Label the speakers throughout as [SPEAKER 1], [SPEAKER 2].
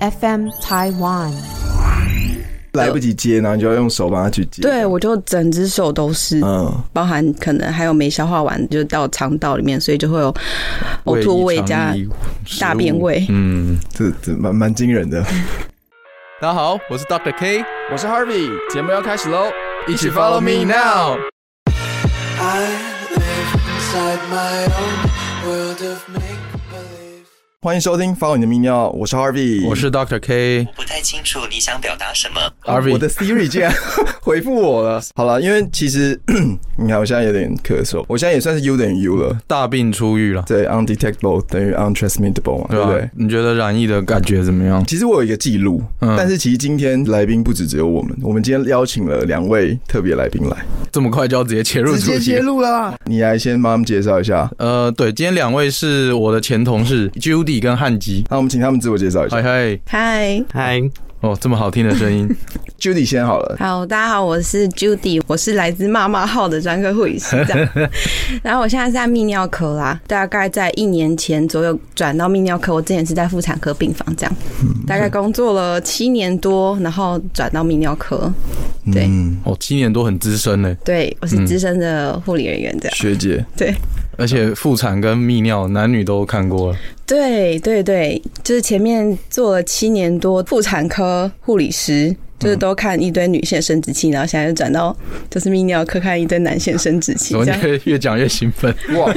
[SPEAKER 1] FM Taiwan。
[SPEAKER 2] 来不及接，然后你就要用手帮他去接。
[SPEAKER 3] 对，我就整只手都是，
[SPEAKER 2] 嗯，
[SPEAKER 3] 包含可能还有没消化完，就是到肠道里面，所以就会有呕吐味哦加
[SPEAKER 4] 胃
[SPEAKER 3] 大便。
[SPEAKER 4] 肠
[SPEAKER 3] 味
[SPEAKER 4] 衣食物。嗯，
[SPEAKER 2] 这这蛮蛮惊人的。
[SPEAKER 4] 大家好，我是 Doctor K，
[SPEAKER 2] 我是 Harvey，节目要开始喽，
[SPEAKER 4] 一起 follow me now。
[SPEAKER 5] I live inside my own world of make believe.
[SPEAKER 2] 欢迎收听《发我你的泌尿》，我是 Harvey，
[SPEAKER 4] 我是 Doctor K，
[SPEAKER 6] 不太清楚你想表达什么。
[SPEAKER 4] Harvey
[SPEAKER 2] 我的 Siri 竟然 回复我了。好了，因为其实 你看我现在有点咳嗽，我现在也算是 U 等于 U 了，
[SPEAKER 4] 大病初愈了，
[SPEAKER 2] 对，undetectable 等于 untransmittable 嘛，对啊不
[SPEAKER 4] 吧、
[SPEAKER 2] 对？
[SPEAKER 4] 你觉得染疫的感觉怎么样？
[SPEAKER 2] 其实我有一个记录，
[SPEAKER 4] 嗯
[SPEAKER 2] 但是其实今天来宾不止只有我们，我们今天邀请了两位特别来宾来，
[SPEAKER 4] 这么快就要直接切入主题？
[SPEAKER 2] 录啦。你来先帮他们介绍一下，
[SPEAKER 4] 呃，对，今天两位是我的前同事 Judy 跟汉吉。
[SPEAKER 2] 那我们请他们自我介绍一下
[SPEAKER 4] 嗨。嗨，
[SPEAKER 3] 嗨，
[SPEAKER 7] 嗨，
[SPEAKER 4] 哦，这么好听的声 音，
[SPEAKER 2] Judy 先好了，
[SPEAKER 3] 好，大家好，我是 Judy，我是来自妈妈号的专科护理师长，然后我现在是在泌尿科啦，大概在一年前左右转到泌尿科，我之前是在妇产科病房这样，大概工作了七年多，然后转到泌尿科，对、
[SPEAKER 2] 嗯，
[SPEAKER 4] 哦，七年多很资深嘞，
[SPEAKER 3] 对，我是资深的护理人员这样，
[SPEAKER 2] 学姐，
[SPEAKER 3] 对。
[SPEAKER 4] 而且妇产跟泌尿男女都看过了。
[SPEAKER 3] 对对对，就是前面做了七年多妇产科护理师，就是都看一堆女性生殖器，然后现在就转到就是泌尿科看一堆男性生殖器
[SPEAKER 4] 怎么
[SPEAKER 3] 这
[SPEAKER 4] 你
[SPEAKER 3] 样。
[SPEAKER 4] 越越讲越兴奋？
[SPEAKER 2] 哇，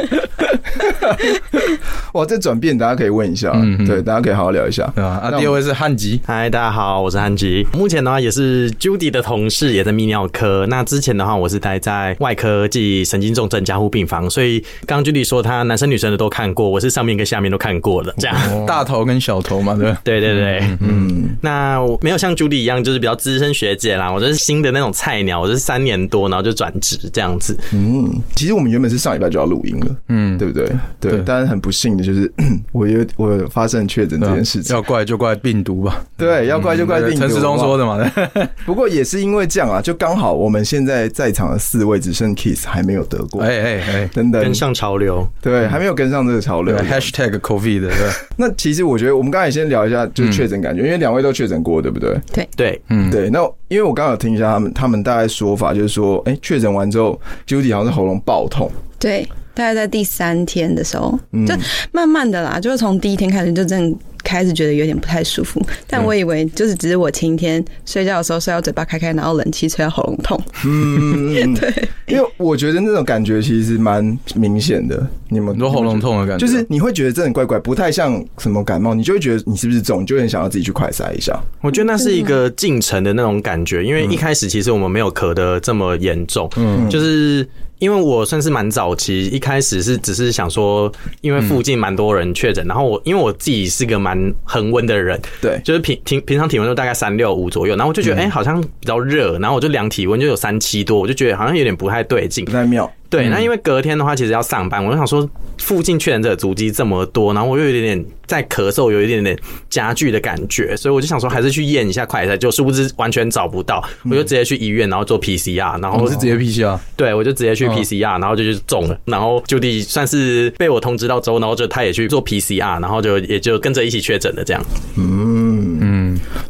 [SPEAKER 2] 哇，这转变大家可以问一下，
[SPEAKER 4] 嗯嗯
[SPEAKER 2] 对，大家可以好好聊一下。
[SPEAKER 4] 对吧？
[SPEAKER 2] 那
[SPEAKER 4] 啊，
[SPEAKER 2] 我
[SPEAKER 4] 第二位是汉吉，
[SPEAKER 7] 嗨，大家好，我是韩吉。目前的话也是 Judy 的同事，也在泌尿科。那之前的话，我是待在外科暨神经重症加护病房，所以刚刚 Judy 说他男生女生的都看过，我是上面跟下面都看过了，这样。
[SPEAKER 2] 哦
[SPEAKER 4] 大头跟小头嘛，对吧？
[SPEAKER 7] 对对对，
[SPEAKER 2] 嗯，
[SPEAKER 7] 那我没有像 Judy 一样，就是比较资深学姐啦，我就是新的那种菜鸟，我就是三年多，然后就转职这样子。
[SPEAKER 2] 嗯，其实我们原本是上礼拜就要录音了，
[SPEAKER 4] 嗯，
[SPEAKER 2] 对不对？对
[SPEAKER 4] 对，
[SPEAKER 2] 但是很不幸的就是 我有我有发生确诊这
[SPEAKER 4] 对吧
[SPEAKER 2] 件事情，
[SPEAKER 4] 要怪就怪病毒吧。
[SPEAKER 2] 对，要怪就怪病毒。
[SPEAKER 4] 啊嗯
[SPEAKER 2] 啊
[SPEAKER 4] 陈时中说
[SPEAKER 2] 的，
[SPEAKER 4] 的嘛，
[SPEAKER 2] 不过也是因为这样啊，就刚好我们现在在场的四位只剩 Kiss 还没有得过，
[SPEAKER 4] 哎哎哎。
[SPEAKER 2] 等等
[SPEAKER 7] 跟，上潮流，
[SPEAKER 2] 对，还没有跟上这个潮
[SPEAKER 4] 对
[SPEAKER 2] 流。
[SPEAKER 4] ，#hashtag COVID 的，对，
[SPEAKER 2] 那其实我觉得我们刚才先聊一下就是确诊感觉，因为两位都确诊过，对不对？
[SPEAKER 7] 对，
[SPEAKER 4] 嗯，
[SPEAKER 2] 对，那因为我刚刚有听一下他们，他们大概说法就是说，哎、确诊完之后，Judy 好像是喉咙爆痛，
[SPEAKER 3] 对，大概在第三天的时候，
[SPEAKER 2] 嗯
[SPEAKER 3] 就慢慢的啦，就是从第一天开始就真的开始觉得有点不太舒服，但我以为就是只是我前一天睡觉的时候睡到嘴巴开开，然后冷气吹到喉咙痛。
[SPEAKER 2] 嗯，对，因为我觉得那种感觉其实蛮明显的，你们
[SPEAKER 4] 很多喉咙。痛的感觉，
[SPEAKER 2] 就是你会觉得真的怪怪，不太像什么感冒，你就会觉得你是不是肿，你就会很想要自己去快筛一下。
[SPEAKER 7] 我觉得那是一个进程的那种感觉，因为一开始其实我们没有咳的这么严重，嗯，就是。因为我算是蛮早期，一开始是只是想说，因为附近蛮多人确诊，然后我因为我自己是个蛮恒温的人，
[SPEAKER 2] 对，
[SPEAKER 7] 就是平平平常体温都大概三六五左右，然后我就觉得哎、好像比较热，然后我就量体温就有三七多，我就觉得好像有点不太对劲
[SPEAKER 2] 不，太妙。
[SPEAKER 7] 对，那因为隔天的话，其实要上班，我就想说附近确诊者足迹这么多，然后我又有一点点在咳嗽，有一点点加剧的感觉，所以我就想说还是去验一下快筛，就殊不知完全找不到，我就直接去医院，然后做 PCR，然后
[SPEAKER 4] 我是直接啊 PCR，
[SPEAKER 2] 哦
[SPEAKER 7] 对我就直接去
[SPEAKER 4] 嗯
[SPEAKER 7] PCR，然后就去中了，然后 Judy 算是被我通知到之后，然后就他也去做 PCR，然后就也就跟着一起确诊了这样。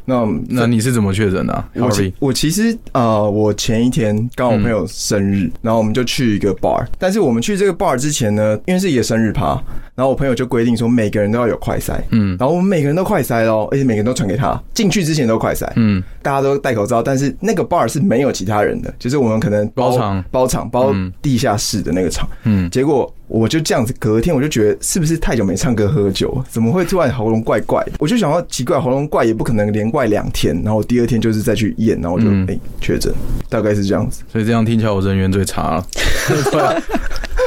[SPEAKER 2] 那
[SPEAKER 4] 那你是怎么确诊的啊
[SPEAKER 2] 我其
[SPEAKER 4] ？Harvey
[SPEAKER 2] 我其实呃，我前一天刚好我朋友生日，
[SPEAKER 4] 嗯
[SPEAKER 2] 然后我们就去一个 bar，但是我们去这个 bar 之前呢，因为是一个生日趴，然后我朋友就规定说每个人都要有快筛，嗯，然后我们每个人都快筛咯，而且每个人都传给他，进去之前都快筛，
[SPEAKER 4] 嗯，
[SPEAKER 2] 大家都戴口罩，但是那个 bar 是没有其他人的，就是我们可能
[SPEAKER 4] 包场
[SPEAKER 2] 包场包
[SPEAKER 4] 嗯
[SPEAKER 2] 地下室的那个场，
[SPEAKER 4] 嗯
[SPEAKER 2] 结果我就这样子，隔天我就觉得是不是太久没唱歌喝酒，怎么会突然喉咙怪怪的？我就想要奇怪，喉咙怪也不可能连怪两天，然后第二天就是再去验，然后我就
[SPEAKER 4] 嗯
[SPEAKER 2] 哎确诊，大概是这 样子，
[SPEAKER 4] 所以这样听起来我人缘最差 了，对啊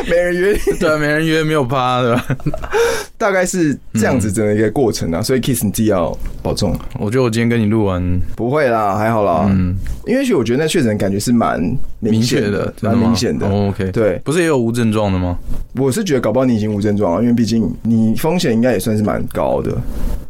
[SPEAKER 2] 没人约你，
[SPEAKER 4] 对啊，没人约，没有趴的。对吧
[SPEAKER 2] 大概是这样子
[SPEAKER 4] 嗯
[SPEAKER 2] 整个一个过程啊。所以 Kiss 你自己要保重，
[SPEAKER 4] 我觉得我今天跟你录完，
[SPEAKER 2] 不会啦，还好啦，
[SPEAKER 4] 嗯，
[SPEAKER 2] 因为其实我觉得那确诊感觉是蛮
[SPEAKER 4] 明
[SPEAKER 2] 明
[SPEAKER 4] 确
[SPEAKER 2] 显
[SPEAKER 4] 的，真
[SPEAKER 2] 蛮
[SPEAKER 4] 的吗
[SPEAKER 2] 明显的。
[SPEAKER 4] 哦 OK，，
[SPEAKER 2] 对，
[SPEAKER 4] 不是也有无症状的吗？
[SPEAKER 2] 我是觉得搞不好你已经无症状了，因为毕竟你风险应该也算是蛮高的。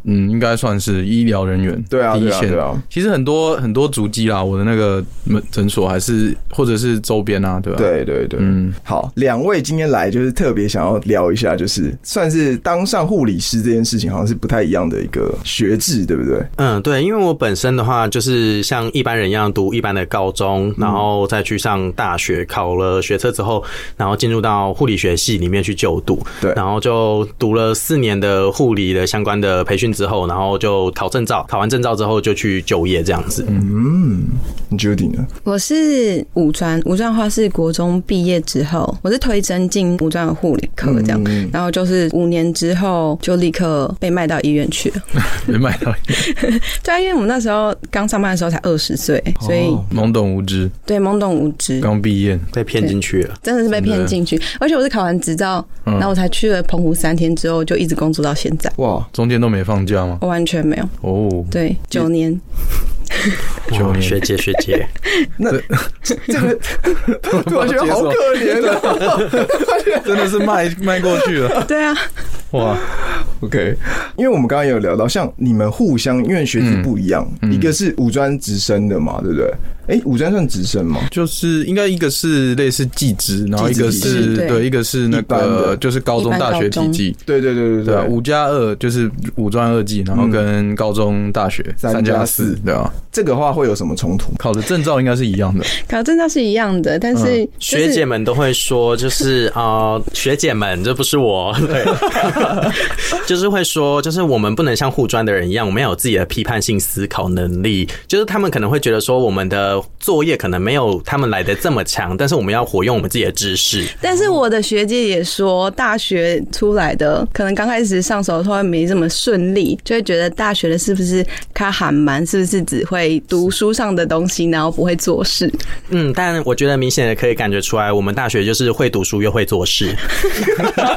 [SPEAKER 4] 嗯，应该算是医疗人员，
[SPEAKER 2] 对啊，
[SPEAKER 4] 第一
[SPEAKER 2] 对啊，
[SPEAKER 4] 线
[SPEAKER 2] 对。啊，
[SPEAKER 4] 其实很多很多足迹啦，我的那个门诊所还是或者是周边啊，对吧？，
[SPEAKER 2] 对对对，
[SPEAKER 4] 嗯，
[SPEAKER 2] 好，两位今天来就是特别想要聊一下，就是算是当当上护理师这件事情，好像是不太一样的一个学制，对不对？
[SPEAKER 7] 嗯，对，因为我本身的话，就是像一般人一样读一般的高中，
[SPEAKER 2] 嗯
[SPEAKER 7] 然后再去上大学，考了学测之后，然后进入到护理学系里面去就读。
[SPEAKER 2] 对
[SPEAKER 7] 然后就读了四年的护理的相关的培训之后，然后就考证照，考完证照之后就去就业这样子。
[SPEAKER 2] 嗯，Judy 呢？
[SPEAKER 3] 我是五专，五专的话是国中毕业之后，我是推甄进五专的护理科这样，
[SPEAKER 2] 嗯
[SPEAKER 3] 然后就是五年之后就立刻被卖到医院去了。
[SPEAKER 4] 没买到，
[SPEAKER 3] 对啊，因为我们那时候刚上班的时候才二十岁，所以、
[SPEAKER 4] 懵懂无知，
[SPEAKER 3] 对懵懂无知，
[SPEAKER 4] 刚毕业，
[SPEAKER 7] 被骗进去了，
[SPEAKER 3] 真的是被骗进去。而且我是考完执照，
[SPEAKER 4] 嗯
[SPEAKER 3] 然后我才去了澎湖三天之后，就一直工作到现在，
[SPEAKER 2] 哇，
[SPEAKER 4] 中间都没放假吗？
[SPEAKER 3] 我完全没有
[SPEAKER 4] 哦，
[SPEAKER 3] 对九年。
[SPEAKER 4] 九
[SPEAKER 7] 哇
[SPEAKER 4] 年
[SPEAKER 7] 哦学姐学 姐，
[SPEAKER 2] 这个我觉得好 可怜啊。
[SPEAKER 4] 真的是卖卖过去了，
[SPEAKER 3] 对啊，
[SPEAKER 4] 哇，
[SPEAKER 2] OK，因为我们刚刚有聊到，像你们互相因为学
[SPEAKER 4] 嗯
[SPEAKER 2] 制不一样，一个是五专直升的嘛，对不对？哎、五专算直升吗？
[SPEAKER 4] 就是应该一个是类似技职，然后一个
[SPEAKER 2] 技职
[SPEAKER 4] 是
[SPEAKER 3] 对
[SPEAKER 4] 对，一个是那
[SPEAKER 2] 一般的
[SPEAKER 4] 个就是高中
[SPEAKER 3] 一般
[SPEAKER 4] 大学体技。
[SPEAKER 2] 对对对对
[SPEAKER 4] 对啊，
[SPEAKER 2] 对，
[SPEAKER 4] 五加二就是五专二技，然后跟高中、大学
[SPEAKER 2] 三
[SPEAKER 4] 三
[SPEAKER 2] 加
[SPEAKER 4] 加
[SPEAKER 2] 四
[SPEAKER 4] 四，对啊，
[SPEAKER 2] 这个话会有什么冲突？
[SPEAKER 4] 考的证照应该是一样的，
[SPEAKER 3] 考证照是一样的，但是、就是
[SPEAKER 7] 学姐们都会说，就是啊、呃学姐们，这不是我，对， 就是会说，就是我们不能像护专的人一样，我们要有自己的批判性思考能力。就是他们可能会觉得说，我们的作业可能没有他们来的这么强，但是我们要活用我们自己的知识。
[SPEAKER 3] 但是我的学姐也说，大学出来的可能刚开始上手的话没这么顺利，就会觉得大学的是不是卡喊蛮，是不是只会读书上的东西，然后不会做事？
[SPEAKER 7] 嗯，但我觉得明显的可以感觉出来，我们大学就是会读书又会做事。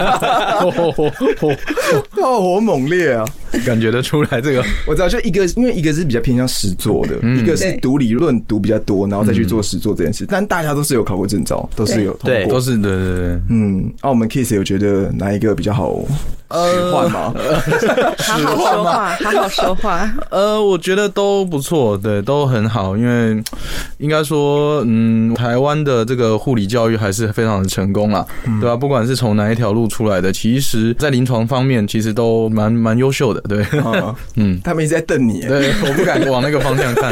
[SPEAKER 4] 哦
[SPEAKER 2] 炮火猛烈啊！
[SPEAKER 4] 感觉得出来这个
[SPEAKER 2] 我知道，就一个，因为一个是比较偏向实作的，
[SPEAKER 4] 嗯
[SPEAKER 2] 一个是读理论读比较多，然后再去做实作这件事。但大家都是有考过证照，都是有通
[SPEAKER 7] 对
[SPEAKER 4] 都
[SPEAKER 2] 过。
[SPEAKER 4] 是对对对，
[SPEAKER 2] 嗯，那、我们 Kiss 有觉得哪一个比较好使唤吗？
[SPEAKER 3] 好好说话，好好说话。
[SPEAKER 4] 呃，我觉得都不错，对，都很好，因为应该说，嗯，台湾的这个护理教育还是非常的成功啦，对吧、不管是从哪一条路出来的，其实在临床方面其实都蛮蛮优秀的，对，
[SPEAKER 2] 啊，
[SPEAKER 4] 嗯。
[SPEAKER 2] 他们一直在瞪你。
[SPEAKER 4] 对，我不敢往那个方向看。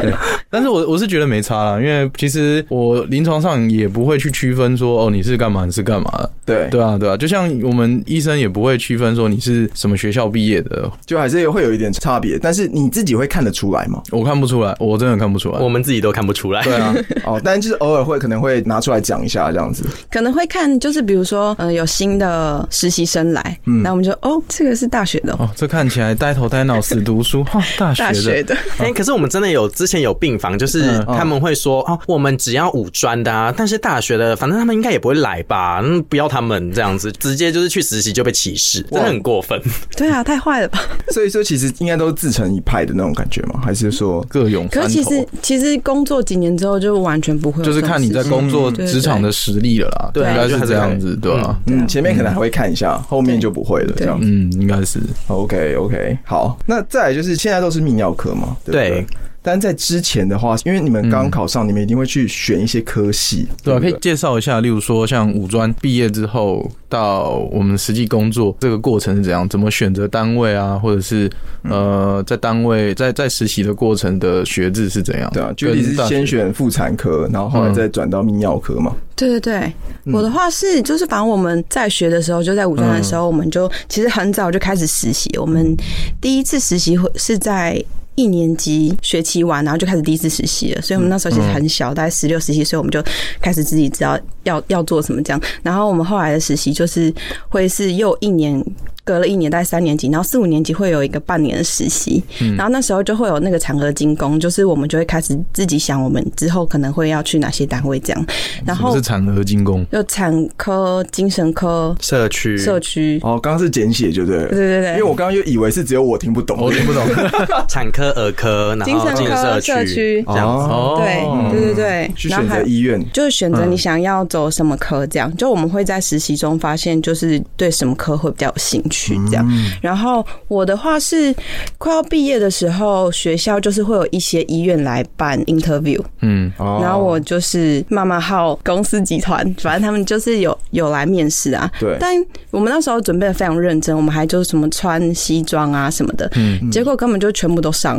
[SPEAKER 4] 对，但是我我是觉得没差啦，因为其实我临床上也不会去区分说，哦，你是干嘛，你是干嘛的。
[SPEAKER 2] 对
[SPEAKER 4] 对啊，对啊，就像我们医生也不会区分说你是什么学校毕业的，
[SPEAKER 2] 就还是会有一点差别，但是你自己会看得出来 吗？
[SPEAKER 4] 我看不出来，我真的看不出来。
[SPEAKER 7] 我们自己都看不出来。
[SPEAKER 4] 对啊，
[SPEAKER 2] 哦，但就是偶尔会可能会拿出来讲一下这样子。
[SPEAKER 3] 可能会看，就是比如说，嗯、有新的实习生来，然后我们就哦，这个是大学的哦，
[SPEAKER 4] 嗯哦，这看起来呆头呆脑死读 书，哈、哦大学
[SPEAKER 3] 大
[SPEAKER 4] 的
[SPEAKER 3] 学的，
[SPEAKER 7] 哎、可是我们真的有之前有病房，就是
[SPEAKER 4] 嗯
[SPEAKER 7] 他们会说、哦，我们只要五专的啊，但是大学的，反正他们应该也不会来吧，嗯，不要他们这样子，直接就是去实习就被歧视，真的很过分。
[SPEAKER 3] 对啊，太坏了吧？
[SPEAKER 2] 所以说，其实应该都是自成一派的那种感觉吗？还是说，
[SPEAKER 4] 各有
[SPEAKER 3] 可
[SPEAKER 4] 山
[SPEAKER 3] 是
[SPEAKER 4] 头。
[SPEAKER 3] 其实其实工作几年之后就完全不会有
[SPEAKER 4] 就
[SPEAKER 3] 这种事
[SPEAKER 4] 是
[SPEAKER 3] 情，
[SPEAKER 4] 看你在工作
[SPEAKER 3] 对
[SPEAKER 4] 职场的实力了啦，
[SPEAKER 7] 对
[SPEAKER 4] 应该啊是
[SPEAKER 7] 就还是
[SPEAKER 4] 这样子，对啊吧、
[SPEAKER 2] 嗯，前面可能还会看一下，后面就不会了这样。
[SPEAKER 4] 嗯，应该是
[SPEAKER 2] OK OK，好，那再来就是现在都是泌尿科嘛，对不对？
[SPEAKER 7] 对
[SPEAKER 2] 但在之前的话，因为你们
[SPEAKER 3] 嗯
[SPEAKER 2] 刚考上，你们一定会去选一些科系，
[SPEAKER 4] 对
[SPEAKER 2] 对
[SPEAKER 4] 啊，
[SPEAKER 2] 不对，
[SPEAKER 4] 可以介绍一下，例如说像五专毕业之后到我们实际工作这个过程是怎样，怎么选择单位啊，或者是呃在单位在在实习的过程的学制是怎样？
[SPEAKER 2] 对啊，就你是
[SPEAKER 4] 跟大学
[SPEAKER 2] 先选妇产科，然后后来再转到泌尿科嘛。
[SPEAKER 3] 对对对，我的话是，就是反正我们在学的时候，就在五专的时候，我们就其实很早就开始实习。我们第一次实习会是在。一年级学期完，然后就开始第一次实习了，所以我们那时候其实很小，大概十六、十七岁，我们就开始自己知道要要做什么这样。然后我们后来的实习就是会是又一年隔了一年，大概三年级，然后四五年级会有一个半年的实习，然后那时候就会有那个产科精工，就是我们就会开始自己想我们之后可能会要去哪些单位这样。然
[SPEAKER 4] 什么
[SPEAKER 3] 后
[SPEAKER 4] 是产儿精工？
[SPEAKER 3] 有产科、精神科、
[SPEAKER 7] 社区，
[SPEAKER 3] 社区，
[SPEAKER 2] 哦，刚刚是简写，就对了。
[SPEAKER 3] 对对对
[SPEAKER 2] 因为我刚刚就以为是只有我听不
[SPEAKER 4] 哦
[SPEAKER 2] 懂，
[SPEAKER 3] 哦
[SPEAKER 2] 我听 不懂。
[SPEAKER 7] 产科、儿科，然
[SPEAKER 3] 精
[SPEAKER 7] 后
[SPEAKER 3] 神
[SPEAKER 7] 进
[SPEAKER 3] 科、
[SPEAKER 7] 社
[SPEAKER 3] 社区，
[SPEAKER 7] 这样子。
[SPEAKER 4] 哦
[SPEAKER 3] 对对对对，
[SPEAKER 2] 去
[SPEAKER 3] 然
[SPEAKER 2] 选
[SPEAKER 3] 后还
[SPEAKER 2] 择
[SPEAKER 3] 有
[SPEAKER 2] 医嗯院。
[SPEAKER 3] 就是选择你想要走什么科，这样就我们会在实习中发现，就是对什么科会比较有兴去这样。
[SPEAKER 2] 嗯
[SPEAKER 3] 然后我的话是快要毕业的时候，学校就是会有一些医院来办 interview，
[SPEAKER 4] 嗯，
[SPEAKER 2] 哦
[SPEAKER 3] 然后我就是妈妈号公司集团，反正他们就是有有来面试啊。
[SPEAKER 2] 对
[SPEAKER 3] 但我们那时候准备的非常认真，我们还就是什么穿西装啊什么的，
[SPEAKER 4] 嗯
[SPEAKER 3] 结果根本就全部都上。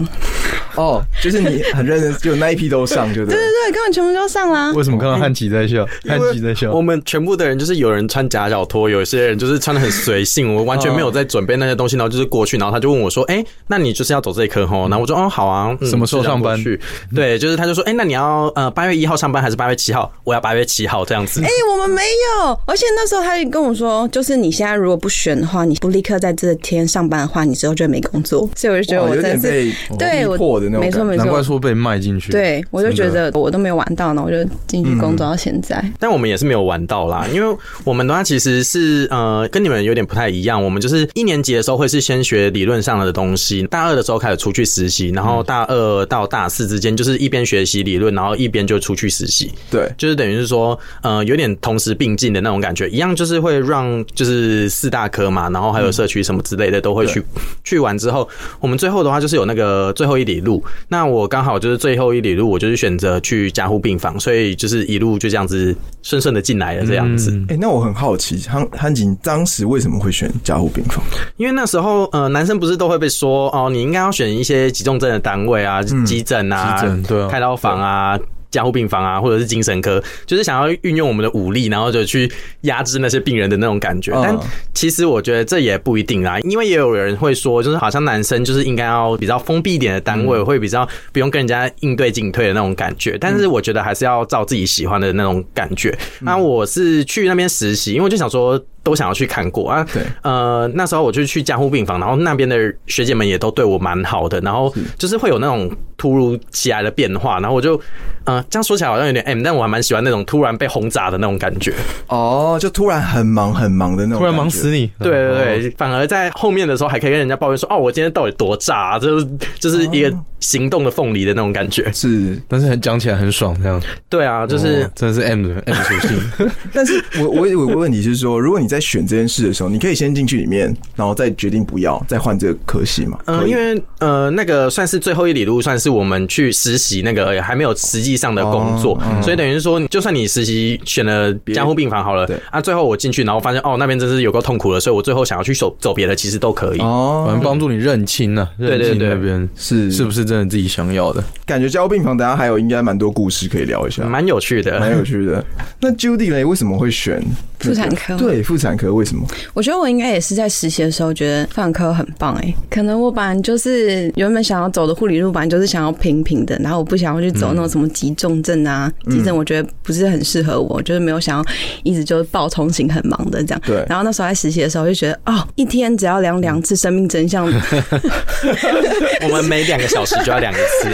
[SPEAKER 2] 哦，就是你很认真，就那一批都上，就对
[SPEAKER 3] 对
[SPEAKER 2] 了。
[SPEAKER 3] 对对，根本全部都上啦。
[SPEAKER 4] 为什么看到汉奇在笑？汉奇在笑
[SPEAKER 7] 我。们全部的人就是有人穿夹脚拖，有些人就是穿的很随性，我完全没有在准备那些东西，然后就是过去，然后他就问我说：“哎、那你就是要走这一科吼？”然后我说：“哦，好啊，嗯
[SPEAKER 4] 什么时候上班嗯
[SPEAKER 7] 就这样过去对，就是他就说：“哎、那你要呃八月一号上班还是八月七
[SPEAKER 4] 嗯
[SPEAKER 7] 号？我要八月七号这样子。
[SPEAKER 3] 哎、我们没有，而且那时候他也跟我说，就是你现在如果不选的话，你不立刻在这天上班的话，你之后就没工作。所以我就觉得
[SPEAKER 2] 哇
[SPEAKER 3] 我
[SPEAKER 2] 哦有点
[SPEAKER 3] 真的是
[SPEAKER 2] 被
[SPEAKER 3] 对
[SPEAKER 2] 逼
[SPEAKER 3] 我
[SPEAKER 2] 迫的那种
[SPEAKER 3] 没错
[SPEAKER 2] 感觉
[SPEAKER 3] 没
[SPEAKER 4] 难怪嗯
[SPEAKER 3] 错，
[SPEAKER 4] 说被卖进去。
[SPEAKER 3] 对我就觉得我都没有玩到呢，我就进
[SPEAKER 4] 嗯
[SPEAKER 3] 去工作到现在。
[SPEAKER 7] 但我们也是没有玩到啦，因为我们的话其实是呃跟你们有点不太一样，我们就是一年级的时候会是先学理论上的东西，大二的时候开始出去实习，然后大二到大四之间就是一边学习理论，然后一边就出去实习，
[SPEAKER 2] 对，
[SPEAKER 7] 就是等于是说呃有点同时并进的那种感觉，一样就是会让就是四大科嘛，然后还有社区什么之类的都会去 去完之后，我们最后的话就是有那个最后一里路，那我刚好就是最后一里路，我就是选择去加护病房，所以就是一路就这样子顺顺的进来了这样子。
[SPEAKER 2] 哎，那我很好奇，汉汉景当时为什么会选加护病房？
[SPEAKER 7] 因为那时候呃男生不是都会被说哦，你应该要选一些急重症的单位啊，急诊
[SPEAKER 4] 嗯
[SPEAKER 7] 啊，
[SPEAKER 4] 急诊对啊
[SPEAKER 7] 开刀房啊。加护病房啊，或者是精神科，就是想要运用我们的武力，然后就去压制那些病人的那种感觉。
[SPEAKER 2] 嗯
[SPEAKER 7] 但其实我觉得这也不一定啦，因为也有人会说，就是好像男生就是应该要比较封闭一点的单
[SPEAKER 4] 嗯
[SPEAKER 7] 位，会比较不用跟人家应对进退的那种感觉。但是我觉得还是要照自己喜欢的那种感觉。
[SPEAKER 4] 嗯
[SPEAKER 7] 那我是去那边实习，因为我就想说。都想要去看过啊，
[SPEAKER 2] 对
[SPEAKER 7] 呃，那时候我就去加护病房，然后那边的学姐们也都对我蛮好的，然后就是会有那种突如其来的变化，然后我就，呃，这样说起来好像有点 M，但我还蛮喜欢那种突然被轰炸的那种感觉。
[SPEAKER 2] 哦，就突然很忙很忙的那种，
[SPEAKER 4] 突然忙死。你。
[SPEAKER 7] 对对
[SPEAKER 4] 哦
[SPEAKER 7] 对，反而在后面的时候还可以跟人家抱怨说，哦，我今天到底多炸、啊，就是就是一个行动的凤梨的那种感觉。
[SPEAKER 2] 是，
[SPEAKER 4] 但是很讲起来很爽，这样
[SPEAKER 7] 对啊，就是、
[SPEAKER 4] 哦真的是 M 的 M 属性，
[SPEAKER 2] 但是我我有个问题是说，如果你在选这件事的时候，你可以先进去里面，然后再决定不要，再换这个科系嘛？
[SPEAKER 7] 嗯、
[SPEAKER 2] 可以
[SPEAKER 7] 因为呃，那个算是最后一里路，算是我们去实习那个呃还没有实际上的工作，
[SPEAKER 2] 哦嗯
[SPEAKER 7] 所以等于是说，就算你实习选了加护病房好了
[SPEAKER 2] 对，
[SPEAKER 7] 啊，最后我进去，然后发现哦，那边真是有够痛苦了，所以我最后想要去走走别的，其实都可以。
[SPEAKER 4] 反
[SPEAKER 2] 哦，
[SPEAKER 4] 正帮助你认清啊，
[SPEAKER 7] 对
[SPEAKER 4] 认
[SPEAKER 7] 对
[SPEAKER 4] 清
[SPEAKER 7] 对
[SPEAKER 4] 那边
[SPEAKER 2] 是
[SPEAKER 4] 是不是真的自己想要的。
[SPEAKER 2] 感觉加护病房，大家还有应该蛮多故事可以聊一下，
[SPEAKER 7] 蛮有趣的，
[SPEAKER 2] 啊蛮有趣的。那 Judy 嘞，为什么会选
[SPEAKER 3] 妇产科
[SPEAKER 2] 对，妇产科为什么？
[SPEAKER 3] 我觉得我应该也是在实习的时候觉得妇产科很棒哎、可能我本来就是原本想要走的护理路，本来就是想要平平的，然后我不想要去走那种什么急重症啊，急诊我觉得不是很适合我，就是没有想要一直就是爆冲型很忙的这样。
[SPEAKER 2] 对
[SPEAKER 3] 然后那时候在实习的时候就觉得哦，一天只要量两次生命真相，
[SPEAKER 7] 我们每两个小时就要量一次，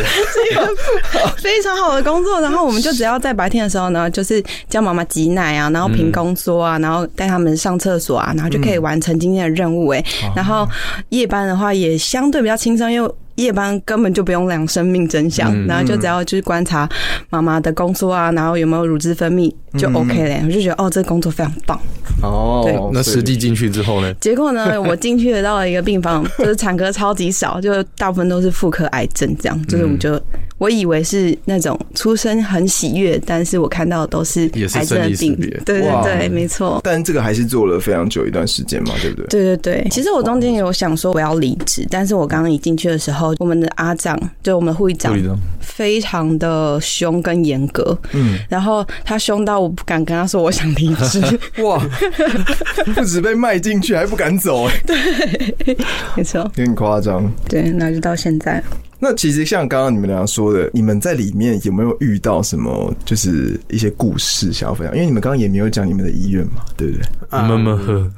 [SPEAKER 3] 非常好的工作，然后我们就只要在白天的时候呢，就是教妈妈挤奶啊，然后评宫缩啊，然后带他们上厕所啊，然后就可以完成今天的任务哎、然后夜班的话也相对比较轻松，因为。夜班根本就不用量生命真相，然后就只要就是观察妈妈的宫缩啊，然后有没有乳汁分泌就 OK 嘞。我就觉得哦，这个工作非常棒。对
[SPEAKER 2] 哦
[SPEAKER 4] 那实际进去之后呢？
[SPEAKER 3] 结果呢，我进去了到了一个病房，就是产科超级少，就大部分都是妇科癌症这样。就是我就我以为是那种出生很喜悦，但是我看到的都是
[SPEAKER 4] 也
[SPEAKER 3] 癌
[SPEAKER 4] 是
[SPEAKER 3] 症
[SPEAKER 4] 生
[SPEAKER 3] 的
[SPEAKER 4] 离死
[SPEAKER 3] 病
[SPEAKER 4] 别。
[SPEAKER 3] 对
[SPEAKER 2] 哇
[SPEAKER 3] 对对，没错。
[SPEAKER 2] 但这个还是做了非常久一段时间嘛，对不对？
[SPEAKER 3] 对对对，其实我中间有想说我要离职，但是我刚刚一进去的时候，我们的阿长，就我们的护理长
[SPEAKER 4] 故意，的，
[SPEAKER 3] 非常的凶跟严格，
[SPEAKER 2] 嗯，
[SPEAKER 3] 然后他凶到我不敢跟他说我想离职，
[SPEAKER 2] 哇，不止被卖进去，还不敢走、哎，
[SPEAKER 3] 没错，
[SPEAKER 2] 有点夸张。
[SPEAKER 3] 对，那就到现在。
[SPEAKER 2] 那其实像刚刚你们俩说的，你们在里面有没有遇到什么，就是一些故事想要分享？因为你们刚刚也没有讲你们的医院嘛，对不对？
[SPEAKER 7] 嗯
[SPEAKER 4] 慢慢喝。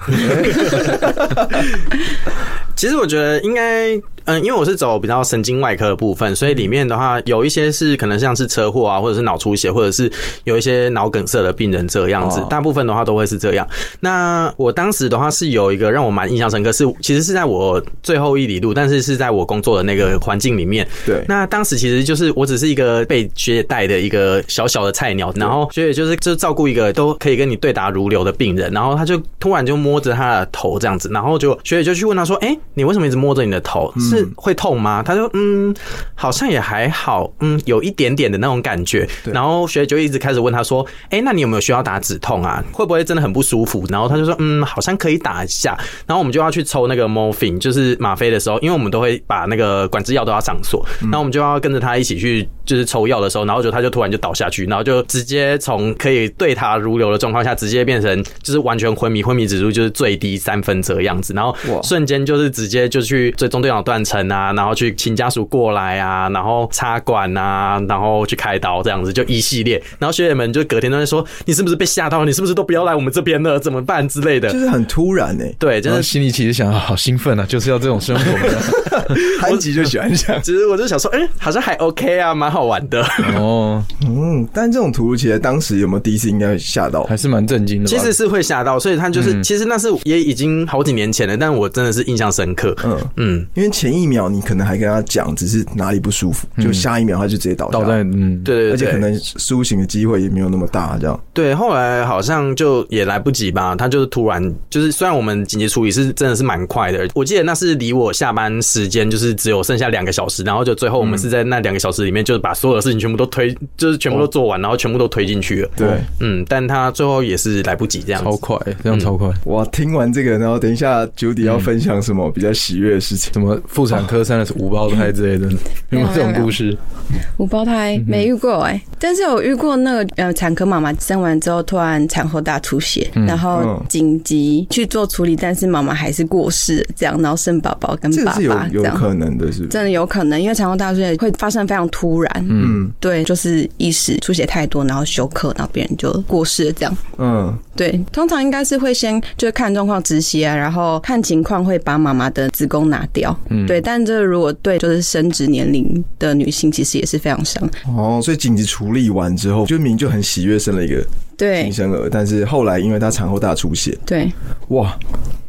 [SPEAKER 7] 其实我觉得应该，嗯、嗯，因为我是走比较神经外科的部分，所以里面的话有一些是可能像是车祸啊，或者是脑出血，或者是有一些脑梗塞的病人这样子
[SPEAKER 4] 哦，
[SPEAKER 7] 大部分的话都会是这样。那我当时的话是有一个让我蛮印象深刻，是其实是在我最后一里路，但是是在我工作的那个环境里面，
[SPEAKER 2] 对，
[SPEAKER 7] 那当时其实就是我只是一个被学姐带的一个小小的菜鸟，然后学姐就是就照顾一个都可以跟你对答如流的病人，然后他就突然就摸着他的头这样子，然后就学姐就去问他说：“哎、你为什么一直摸着你的头？
[SPEAKER 2] 嗯
[SPEAKER 7] 是会痛吗？”他说：“嗯，好像也还好，嗯，有一点点的那种感觉。”
[SPEAKER 2] 对
[SPEAKER 7] 然后学姐就一直开始问他说：“哎、那你有没有需要打止痛啊？会不会真的很不舒服？”然后他就说：“嗯，好像可以打一下。”然后我们就要去抽那个 morphine，就是吗啡的时候，因为我们都会把那个管制药都要上锁，
[SPEAKER 2] 嗯
[SPEAKER 7] 然后我们就要跟着他一起去，就是抽药的时候，然后就他就突然就倒下去，然后就直接从可以对他如流的状况下，直接变成就是完全昏迷，昏迷指数就是最低三分这样子，然后
[SPEAKER 2] 哇
[SPEAKER 7] 瞬间就是直接就去追踪队长断层啊，然后去请家属过来啊，然后插管啊，然后去开刀这样子，就一系列，然后学姐们就隔天都在说，你是不是被吓到？你是不是都不要来我们这边了？怎么办之类的
[SPEAKER 2] 就。是很突然哎、
[SPEAKER 7] 对，
[SPEAKER 4] 然
[SPEAKER 7] 真
[SPEAKER 4] 后
[SPEAKER 7] 的
[SPEAKER 4] 心里其实想，啊好兴奋啊，就是要这种生活。
[SPEAKER 2] 韩吉就喜欢这 样。
[SPEAKER 7] 其实我就想说，哎、好像还 OK 啊，蛮好玩 的。
[SPEAKER 4] 哦，
[SPEAKER 2] 嗯，但这种突如其来，当时有没有第一次应该会吓到？
[SPEAKER 4] 还是蛮震惊的吧。
[SPEAKER 7] 其实是会吓到，所以他就是，
[SPEAKER 2] 嗯
[SPEAKER 7] 其实那是也已经好几年前了，但我真的是印象深刻。
[SPEAKER 2] 嗯
[SPEAKER 7] 嗯
[SPEAKER 2] 因为前一秒你可能还跟他讲只是哪里不舒服，就下一秒他就直接倒下
[SPEAKER 4] 倒在嗯，
[SPEAKER 7] 对对对，
[SPEAKER 2] 而且可能苏醒的机会也没有那么大，这样。
[SPEAKER 7] 对，后来好像就也来不及吧，他就是突然就是，虽然我们紧急处理是真的是蛮快的，我记得那是离我下班时间就是只有剩下两个小时，然后就最后我们是在那两个小时里面，就是把所有的事情全部都推， 就是全部都做完，然后全部都推进去了。
[SPEAKER 2] 对，
[SPEAKER 7] 嗯，但他最后也是来不及这样
[SPEAKER 4] 超
[SPEAKER 7] 子。
[SPEAKER 4] 快，这样超快。
[SPEAKER 2] 哇，听完这个，然后等一下九底要分享什么比较喜悦的事情？
[SPEAKER 4] 什么妇产科三十五胞胎之类的，有没有这种故事？
[SPEAKER 3] 五胞
[SPEAKER 2] 嗯
[SPEAKER 3] 胎没遇过哎、但是我遇过那个呃产科妈妈生完之后突然产后大出血，然后
[SPEAKER 2] 嗯
[SPEAKER 3] 紧急去做处理，但是妈妈还是过世，这样然后生宝宝跟
[SPEAKER 2] 这个
[SPEAKER 3] 爸
[SPEAKER 2] 是有
[SPEAKER 3] 爸这
[SPEAKER 2] 有
[SPEAKER 3] 样。
[SPEAKER 2] 可能的，是不是？
[SPEAKER 3] 真的有可能，因为产后大出血会发生非常突然，
[SPEAKER 2] 嗯
[SPEAKER 3] 对，就是意识出血太多，然后休克，然后别人就过世了这样。
[SPEAKER 2] 嗯，
[SPEAKER 3] 对，通常应该是会先就是看状况止血啊，然后看情况会把妈妈的子宫拿掉。
[SPEAKER 2] 嗯
[SPEAKER 3] 对，但这如果对就是生殖年龄的女性，其实也是非常伤。
[SPEAKER 2] 哦，所以紧急处理完之后，就明明就很喜悦生了一个
[SPEAKER 3] 对
[SPEAKER 2] 新生儿，但是后来因为她产后大出血，
[SPEAKER 3] 对，
[SPEAKER 2] 哇，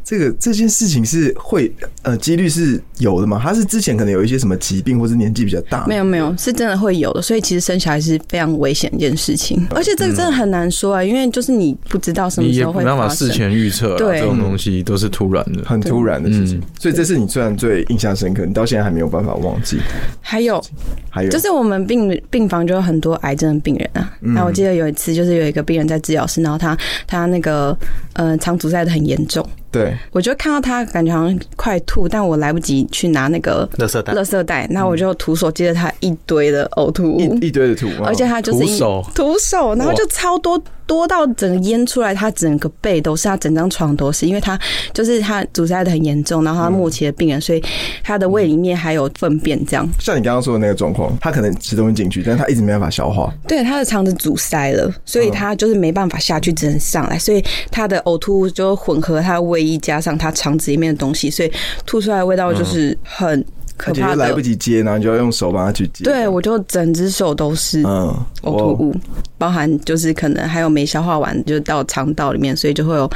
[SPEAKER 2] 这个这件事情是会呃几率是有的嘛？她是之前可能有一些什么疾病，或是年纪比较
[SPEAKER 4] 啊
[SPEAKER 2] 大，
[SPEAKER 3] 没有没有，是真的会有的。所以其实生小孩是非常危险的一件事情，而且这个真的很难说啊，因为就是你不知道什么
[SPEAKER 4] 嗯你
[SPEAKER 3] 时
[SPEAKER 4] 也
[SPEAKER 3] 候
[SPEAKER 4] 没
[SPEAKER 3] 会
[SPEAKER 4] 办
[SPEAKER 3] 发
[SPEAKER 4] 法
[SPEAKER 3] 生
[SPEAKER 4] 事。前预测啦，啊
[SPEAKER 3] 对
[SPEAKER 4] 这种东西都是突然的。
[SPEAKER 2] 很突然的事情
[SPEAKER 4] 嗯，
[SPEAKER 2] 所以这是你虽然最印象深刻，你到现在还没有办法忘记。
[SPEAKER 3] 还有
[SPEAKER 2] 还有
[SPEAKER 3] 就是我们病病房就有很多癌症的病人啊。
[SPEAKER 4] 嗯
[SPEAKER 3] 那、我记得有一次，就是有一个病人在治疗室，然后他他那个呃肠阻塞的很严重，
[SPEAKER 2] 对，
[SPEAKER 3] 我就看到他感觉好像快吐，但我来不及去拿那个
[SPEAKER 7] 垃圾袋
[SPEAKER 3] 垃圾袋，那
[SPEAKER 4] 嗯
[SPEAKER 3] 我就徒手接着他一堆的呕吐物。
[SPEAKER 2] 一一堆的图，
[SPEAKER 3] 嗯而且
[SPEAKER 2] 哇
[SPEAKER 3] 他就是一
[SPEAKER 4] 徒手
[SPEAKER 3] 徒手，然后就超多多到整个淹出来，他整个背都是，他整张床都是，因为他就是他阻塞的很严重，然后他末期的病人，所以他的胃里面还有粪便这样。
[SPEAKER 2] 像你刚刚说的那个状况，他可能吃东西进去，但他一直没办法消化。
[SPEAKER 3] 对，他的肠子阻塞了，所以他就是没办法下去，只能上来，所以他的呕吐物就混合他的胃液加上他肠子里面的东西，所以吐出来的味道就是很可
[SPEAKER 2] 而且
[SPEAKER 3] 怕
[SPEAKER 2] 又
[SPEAKER 3] 的。
[SPEAKER 2] 来不及接，然后你就要用手帮他去接。
[SPEAKER 3] 对，我就整只手都是
[SPEAKER 2] 嗯，
[SPEAKER 4] 哦
[SPEAKER 3] 呕吐
[SPEAKER 2] 哇
[SPEAKER 3] 物，包含就是可能还有没消化完，就到肠道里面，所以就会有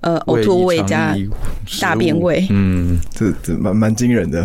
[SPEAKER 3] 呃呕吐味加
[SPEAKER 4] 胃食物
[SPEAKER 3] 大便味。
[SPEAKER 4] 嗯，
[SPEAKER 2] 这这蛮蛮惊人 的。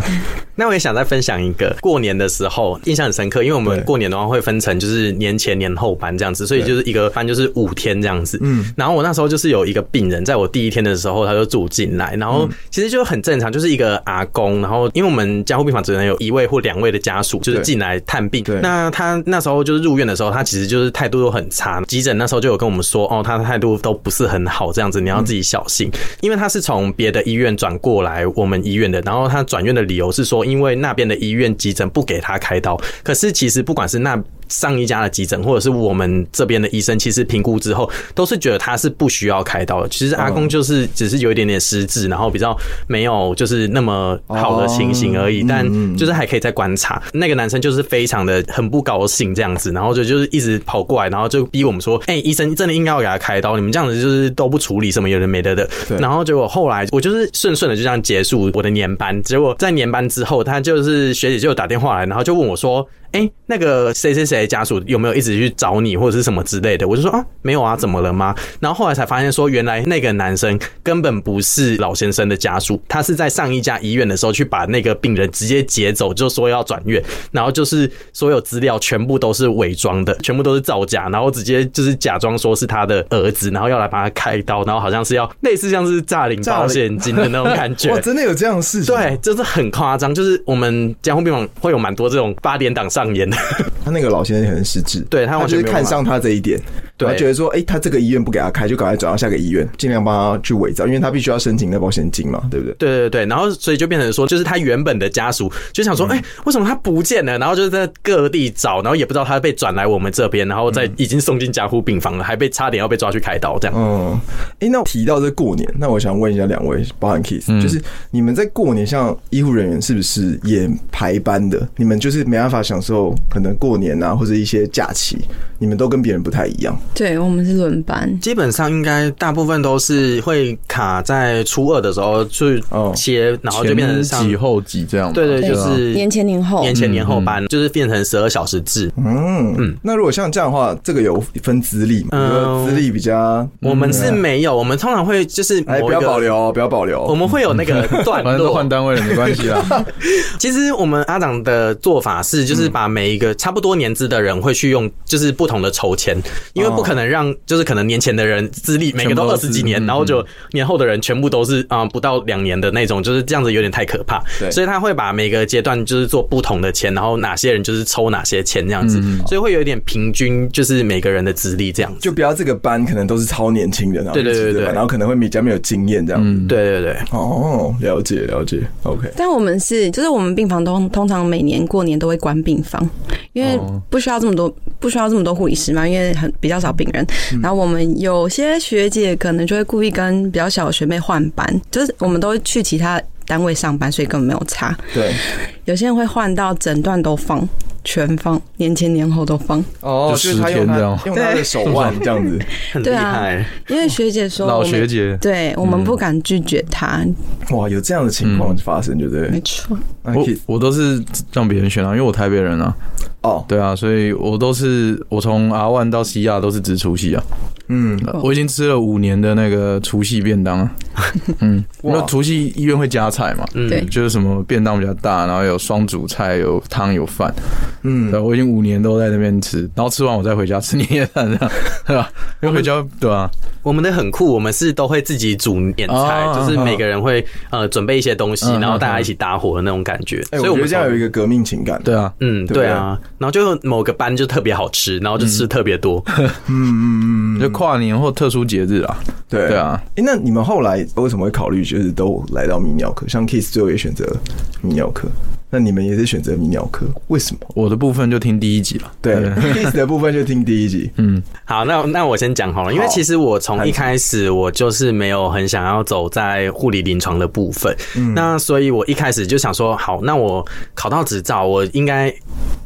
[SPEAKER 7] 那我也想再分享一个，过年的时候印象很深刻，因为我们
[SPEAKER 2] 对
[SPEAKER 7] 过年的话会分成就是年前、年后班这样子，所以就是一个班就是五天这样子。嗯，然后我那时候就是有一个病人，在我第一天的时候他就住进来，然
[SPEAKER 2] 嗯
[SPEAKER 7] 后其实就很正常，就是一个阿公，然后因为我们加护病房只能有一位或两位的家属就是
[SPEAKER 2] 对
[SPEAKER 7] 进来探病
[SPEAKER 2] 对，
[SPEAKER 7] 那他那时候就是入院的时候，他其实就是态度都很差，急诊那时候就有跟我们说，哦，他的态度都不是很好，这样子你要自己小心。因为他是从别的医院转过来我们医院的，然后他转院的理由是说，因为那边的医院急诊不给他开刀，可是其实不管是那。上一家的急诊或者是我们这边的医生，其实评估之后都是觉得他是不需要开刀的。其实阿公就是只是有一点点失智，然后比较没有就是那么好的情形而已，但就是还可以再观察。那个男生就是非常的很不高兴这样子，然后就就是一直跑过来，然后就逼我们说：“哎、医生真的应该要给他开刀，你们这样子就是都不处理什么有的没的的。”
[SPEAKER 2] 对
[SPEAKER 7] 然后结果后来我就是顺顺的就这样结束我的年班，结果在年班之后，他就是学姐就有打电话来，然后就问我说：“哎、那个谁谁谁家属有没有一直去找你或者是什么之类的？”我就说：“啊，没有啊，怎么了吗？”然后后来才发现说，原来那个男生根本不是老先生的家属，他是在上一家医院的时候去把那个病人直接劫走，就说要转院，然后就是所有资料全部都是伪装的，全部都是造假，然后直接就是假装说是他的儿子，然后要来帮他开刀，然后好像是要类似像是诈领
[SPEAKER 2] 诈领
[SPEAKER 7] 保险金的那种感觉
[SPEAKER 2] 哇，。真的有这样的事情？
[SPEAKER 7] 对，，就是很夸张，就是我们江湖病房会有蛮多这种八点档上演的，
[SPEAKER 2] 他那个老先生很失智，
[SPEAKER 7] 对他完
[SPEAKER 2] 就
[SPEAKER 7] 全
[SPEAKER 2] 是
[SPEAKER 7] 没有
[SPEAKER 2] 看
[SPEAKER 7] 办法
[SPEAKER 2] 上他这一点，
[SPEAKER 7] 对
[SPEAKER 2] 他觉得说，哎、他这个医院不给他开，就赶快转到下个医院，尽量帮他去伪造，因为他必须要申请那保险金嘛，对不对？
[SPEAKER 7] 对对对，然后所以就变成说，就是他原本的家属就想说，
[SPEAKER 2] 嗯
[SPEAKER 7] 哎、为什么他不见了？然后就是在各地找，然后也不知道他被转来我们这边，然后在已经送进加护病房了，还被差点要被抓去开刀这样。
[SPEAKER 2] 嗯，哎、那提到这过年，那我想问一下两位，包含
[SPEAKER 7] 嗯
[SPEAKER 2] Kiss，、就是你们在过年，像医护人员是不是也排班的？你们就是没办法享受可能过年啊，或者一些假期，你们都跟别人不太一样。
[SPEAKER 3] 对我们是轮班，
[SPEAKER 7] 基本上应该大部分都是会卡在初二的时候去
[SPEAKER 2] 哦
[SPEAKER 7] 切，然后就变成上
[SPEAKER 4] 前几后几这样嘛。
[SPEAKER 7] 对对，就
[SPEAKER 4] 啊
[SPEAKER 7] 是
[SPEAKER 3] 年前年后
[SPEAKER 7] 年前年后班，就是变成十二小时制。
[SPEAKER 2] 嗯嗯，那如果像这样的话，这个有分资历嘛？
[SPEAKER 7] 嗯
[SPEAKER 2] 比如说资历比较，
[SPEAKER 7] 我们是没有，我们通常会就是
[SPEAKER 2] 哎、
[SPEAKER 7] 某
[SPEAKER 2] 不
[SPEAKER 7] 一
[SPEAKER 2] 要
[SPEAKER 7] 个
[SPEAKER 2] 保留哦，不要保留哦。
[SPEAKER 7] 我们会有那个段
[SPEAKER 4] 反正都
[SPEAKER 7] 落
[SPEAKER 4] 换，单位了，没关系啦。
[SPEAKER 7] 其实我们阿长的做法是，就是
[SPEAKER 4] 嗯
[SPEAKER 7] 把每一个差不多年资的人会去用，就是不同的筹钱，因为不可能让就是可能年前的人资历每个都
[SPEAKER 4] 全部
[SPEAKER 7] 二
[SPEAKER 4] 都是
[SPEAKER 7] 十几年，
[SPEAKER 4] 嗯
[SPEAKER 7] 然后就年后的人全部都是啊、呃不到两年的那种，就是这样子有点太可怕。
[SPEAKER 2] 对
[SPEAKER 7] 所以他会把每个阶段就是做不同的钱，然后哪些人就是抽哪些钱这样子，
[SPEAKER 4] 嗯
[SPEAKER 7] 所以会有一点平均，就是每个人的资历这样子。
[SPEAKER 2] 就不要这个班可能都是超年轻人，然后
[SPEAKER 7] 对对对
[SPEAKER 2] 一起
[SPEAKER 7] 对
[SPEAKER 2] 班然后可能会比较没有经验这样。嗯，
[SPEAKER 7] 对对对，
[SPEAKER 2] 哦，了解了解，OK。
[SPEAKER 3] 但我们是，就是我们病房都通常每年过年都会关病房，因为
[SPEAKER 4] 哦
[SPEAKER 3] 不需要这么多，不需要这么多护理师嘛，因为很比较少病人。然后我们有些学姐可能就会故意跟比较小的学妹换班，就是我们都会去其他单位上班，所以根本没有差。
[SPEAKER 2] 对，
[SPEAKER 3] 有些人会换到整段都放，全放，年前年后都放。
[SPEAKER 2] 哦
[SPEAKER 4] 就
[SPEAKER 2] 就是他
[SPEAKER 4] 十
[SPEAKER 2] 用他
[SPEAKER 4] 天这样
[SPEAKER 2] 用他的手腕这样子，
[SPEAKER 7] 很厉
[SPEAKER 3] 对啊
[SPEAKER 7] 害。
[SPEAKER 3] 因为学姐说我
[SPEAKER 4] 老
[SPEAKER 3] 们，
[SPEAKER 4] 学姐，嗯
[SPEAKER 3] 对我们不敢拒绝她，
[SPEAKER 2] 哇，有这样的情况发生，对不
[SPEAKER 3] 没
[SPEAKER 2] 对？
[SPEAKER 3] 错。
[SPEAKER 2] 那
[SPEAKER 4] 我
[SPEAKER 2] Keith-
[SPEAKER 4] 我都是让别人选啊，因为我台北人啊，
[SPEAKER 2] 哦，
[SPEAKER 4] 对啊，所以我都是我从 R 万到西亚都是只除夕啊，
[SPEAKER 2] 嗯，
[SPEAKER 4] 我已经吃了五年的那个除夕便当啊，嗯，
[SPEAKER 2] 哇
[SPEAKER 4] 那除夕医院会加菜嘛，
[SPEAKER 7] 嗯
[SPEAKER 3] 对
[SPEAKER 4] 就是什么便当比较大，然后有双主菜，有汤有饭，嗯，对，我已经五年都在那边吃，然后吃完我再回家吃年夜饭，这样， 对吧？因为回家对啊吧、
[SPEAKER 7] 我们的很酷，我们是都会自己煮年菜，
[SPEAKER 4] 哦
[SPEAKER 7] 就是每个人会呃准备一些东西，
[SPEAKER 4] 嗯
[SPEAKER 7] 然后大家一起搭伙的那种感觉。
[SPEAKER 2] 哎，
[SPEAKER 7] 所以
[SPEAKER 2] 我觉
[SPEAKER 7] 我们
[SPEAKER 2] 得这样有一个革命情感，
[SPEAKER 4] 对啊，
[SPEAKER 7] 嗯，
[SPEAKER 2] 对不对
[SPEAKER 7] 对啊，然后就某个班就特别好吃，然后就吃特别多。
[SPEAKER 2] 嗯
[SPEAKER 4] 就跨年或特殊节日啊，
[SPEAKER 2] 对
[SPEAKER 4] 对啊。
[SPEAKER 2] 哎，那你们后来为什么会考虑就是都来到泌尿科？像 Kiss 最后也选择泌尿科，那你们也是选择泌尿科，为什么？
[SPEAKER 4] 我的部分就听第一集了，嗯
[SPEAKER 2] 对，Kiss 的部分就听第一集，
[SPEAKER 7] 好，那那我先讲好了，因为其实我从一开始我就是没有很想要走在护理临床的部分，那所以我一开始就想说，好，那我考到执照，我应该。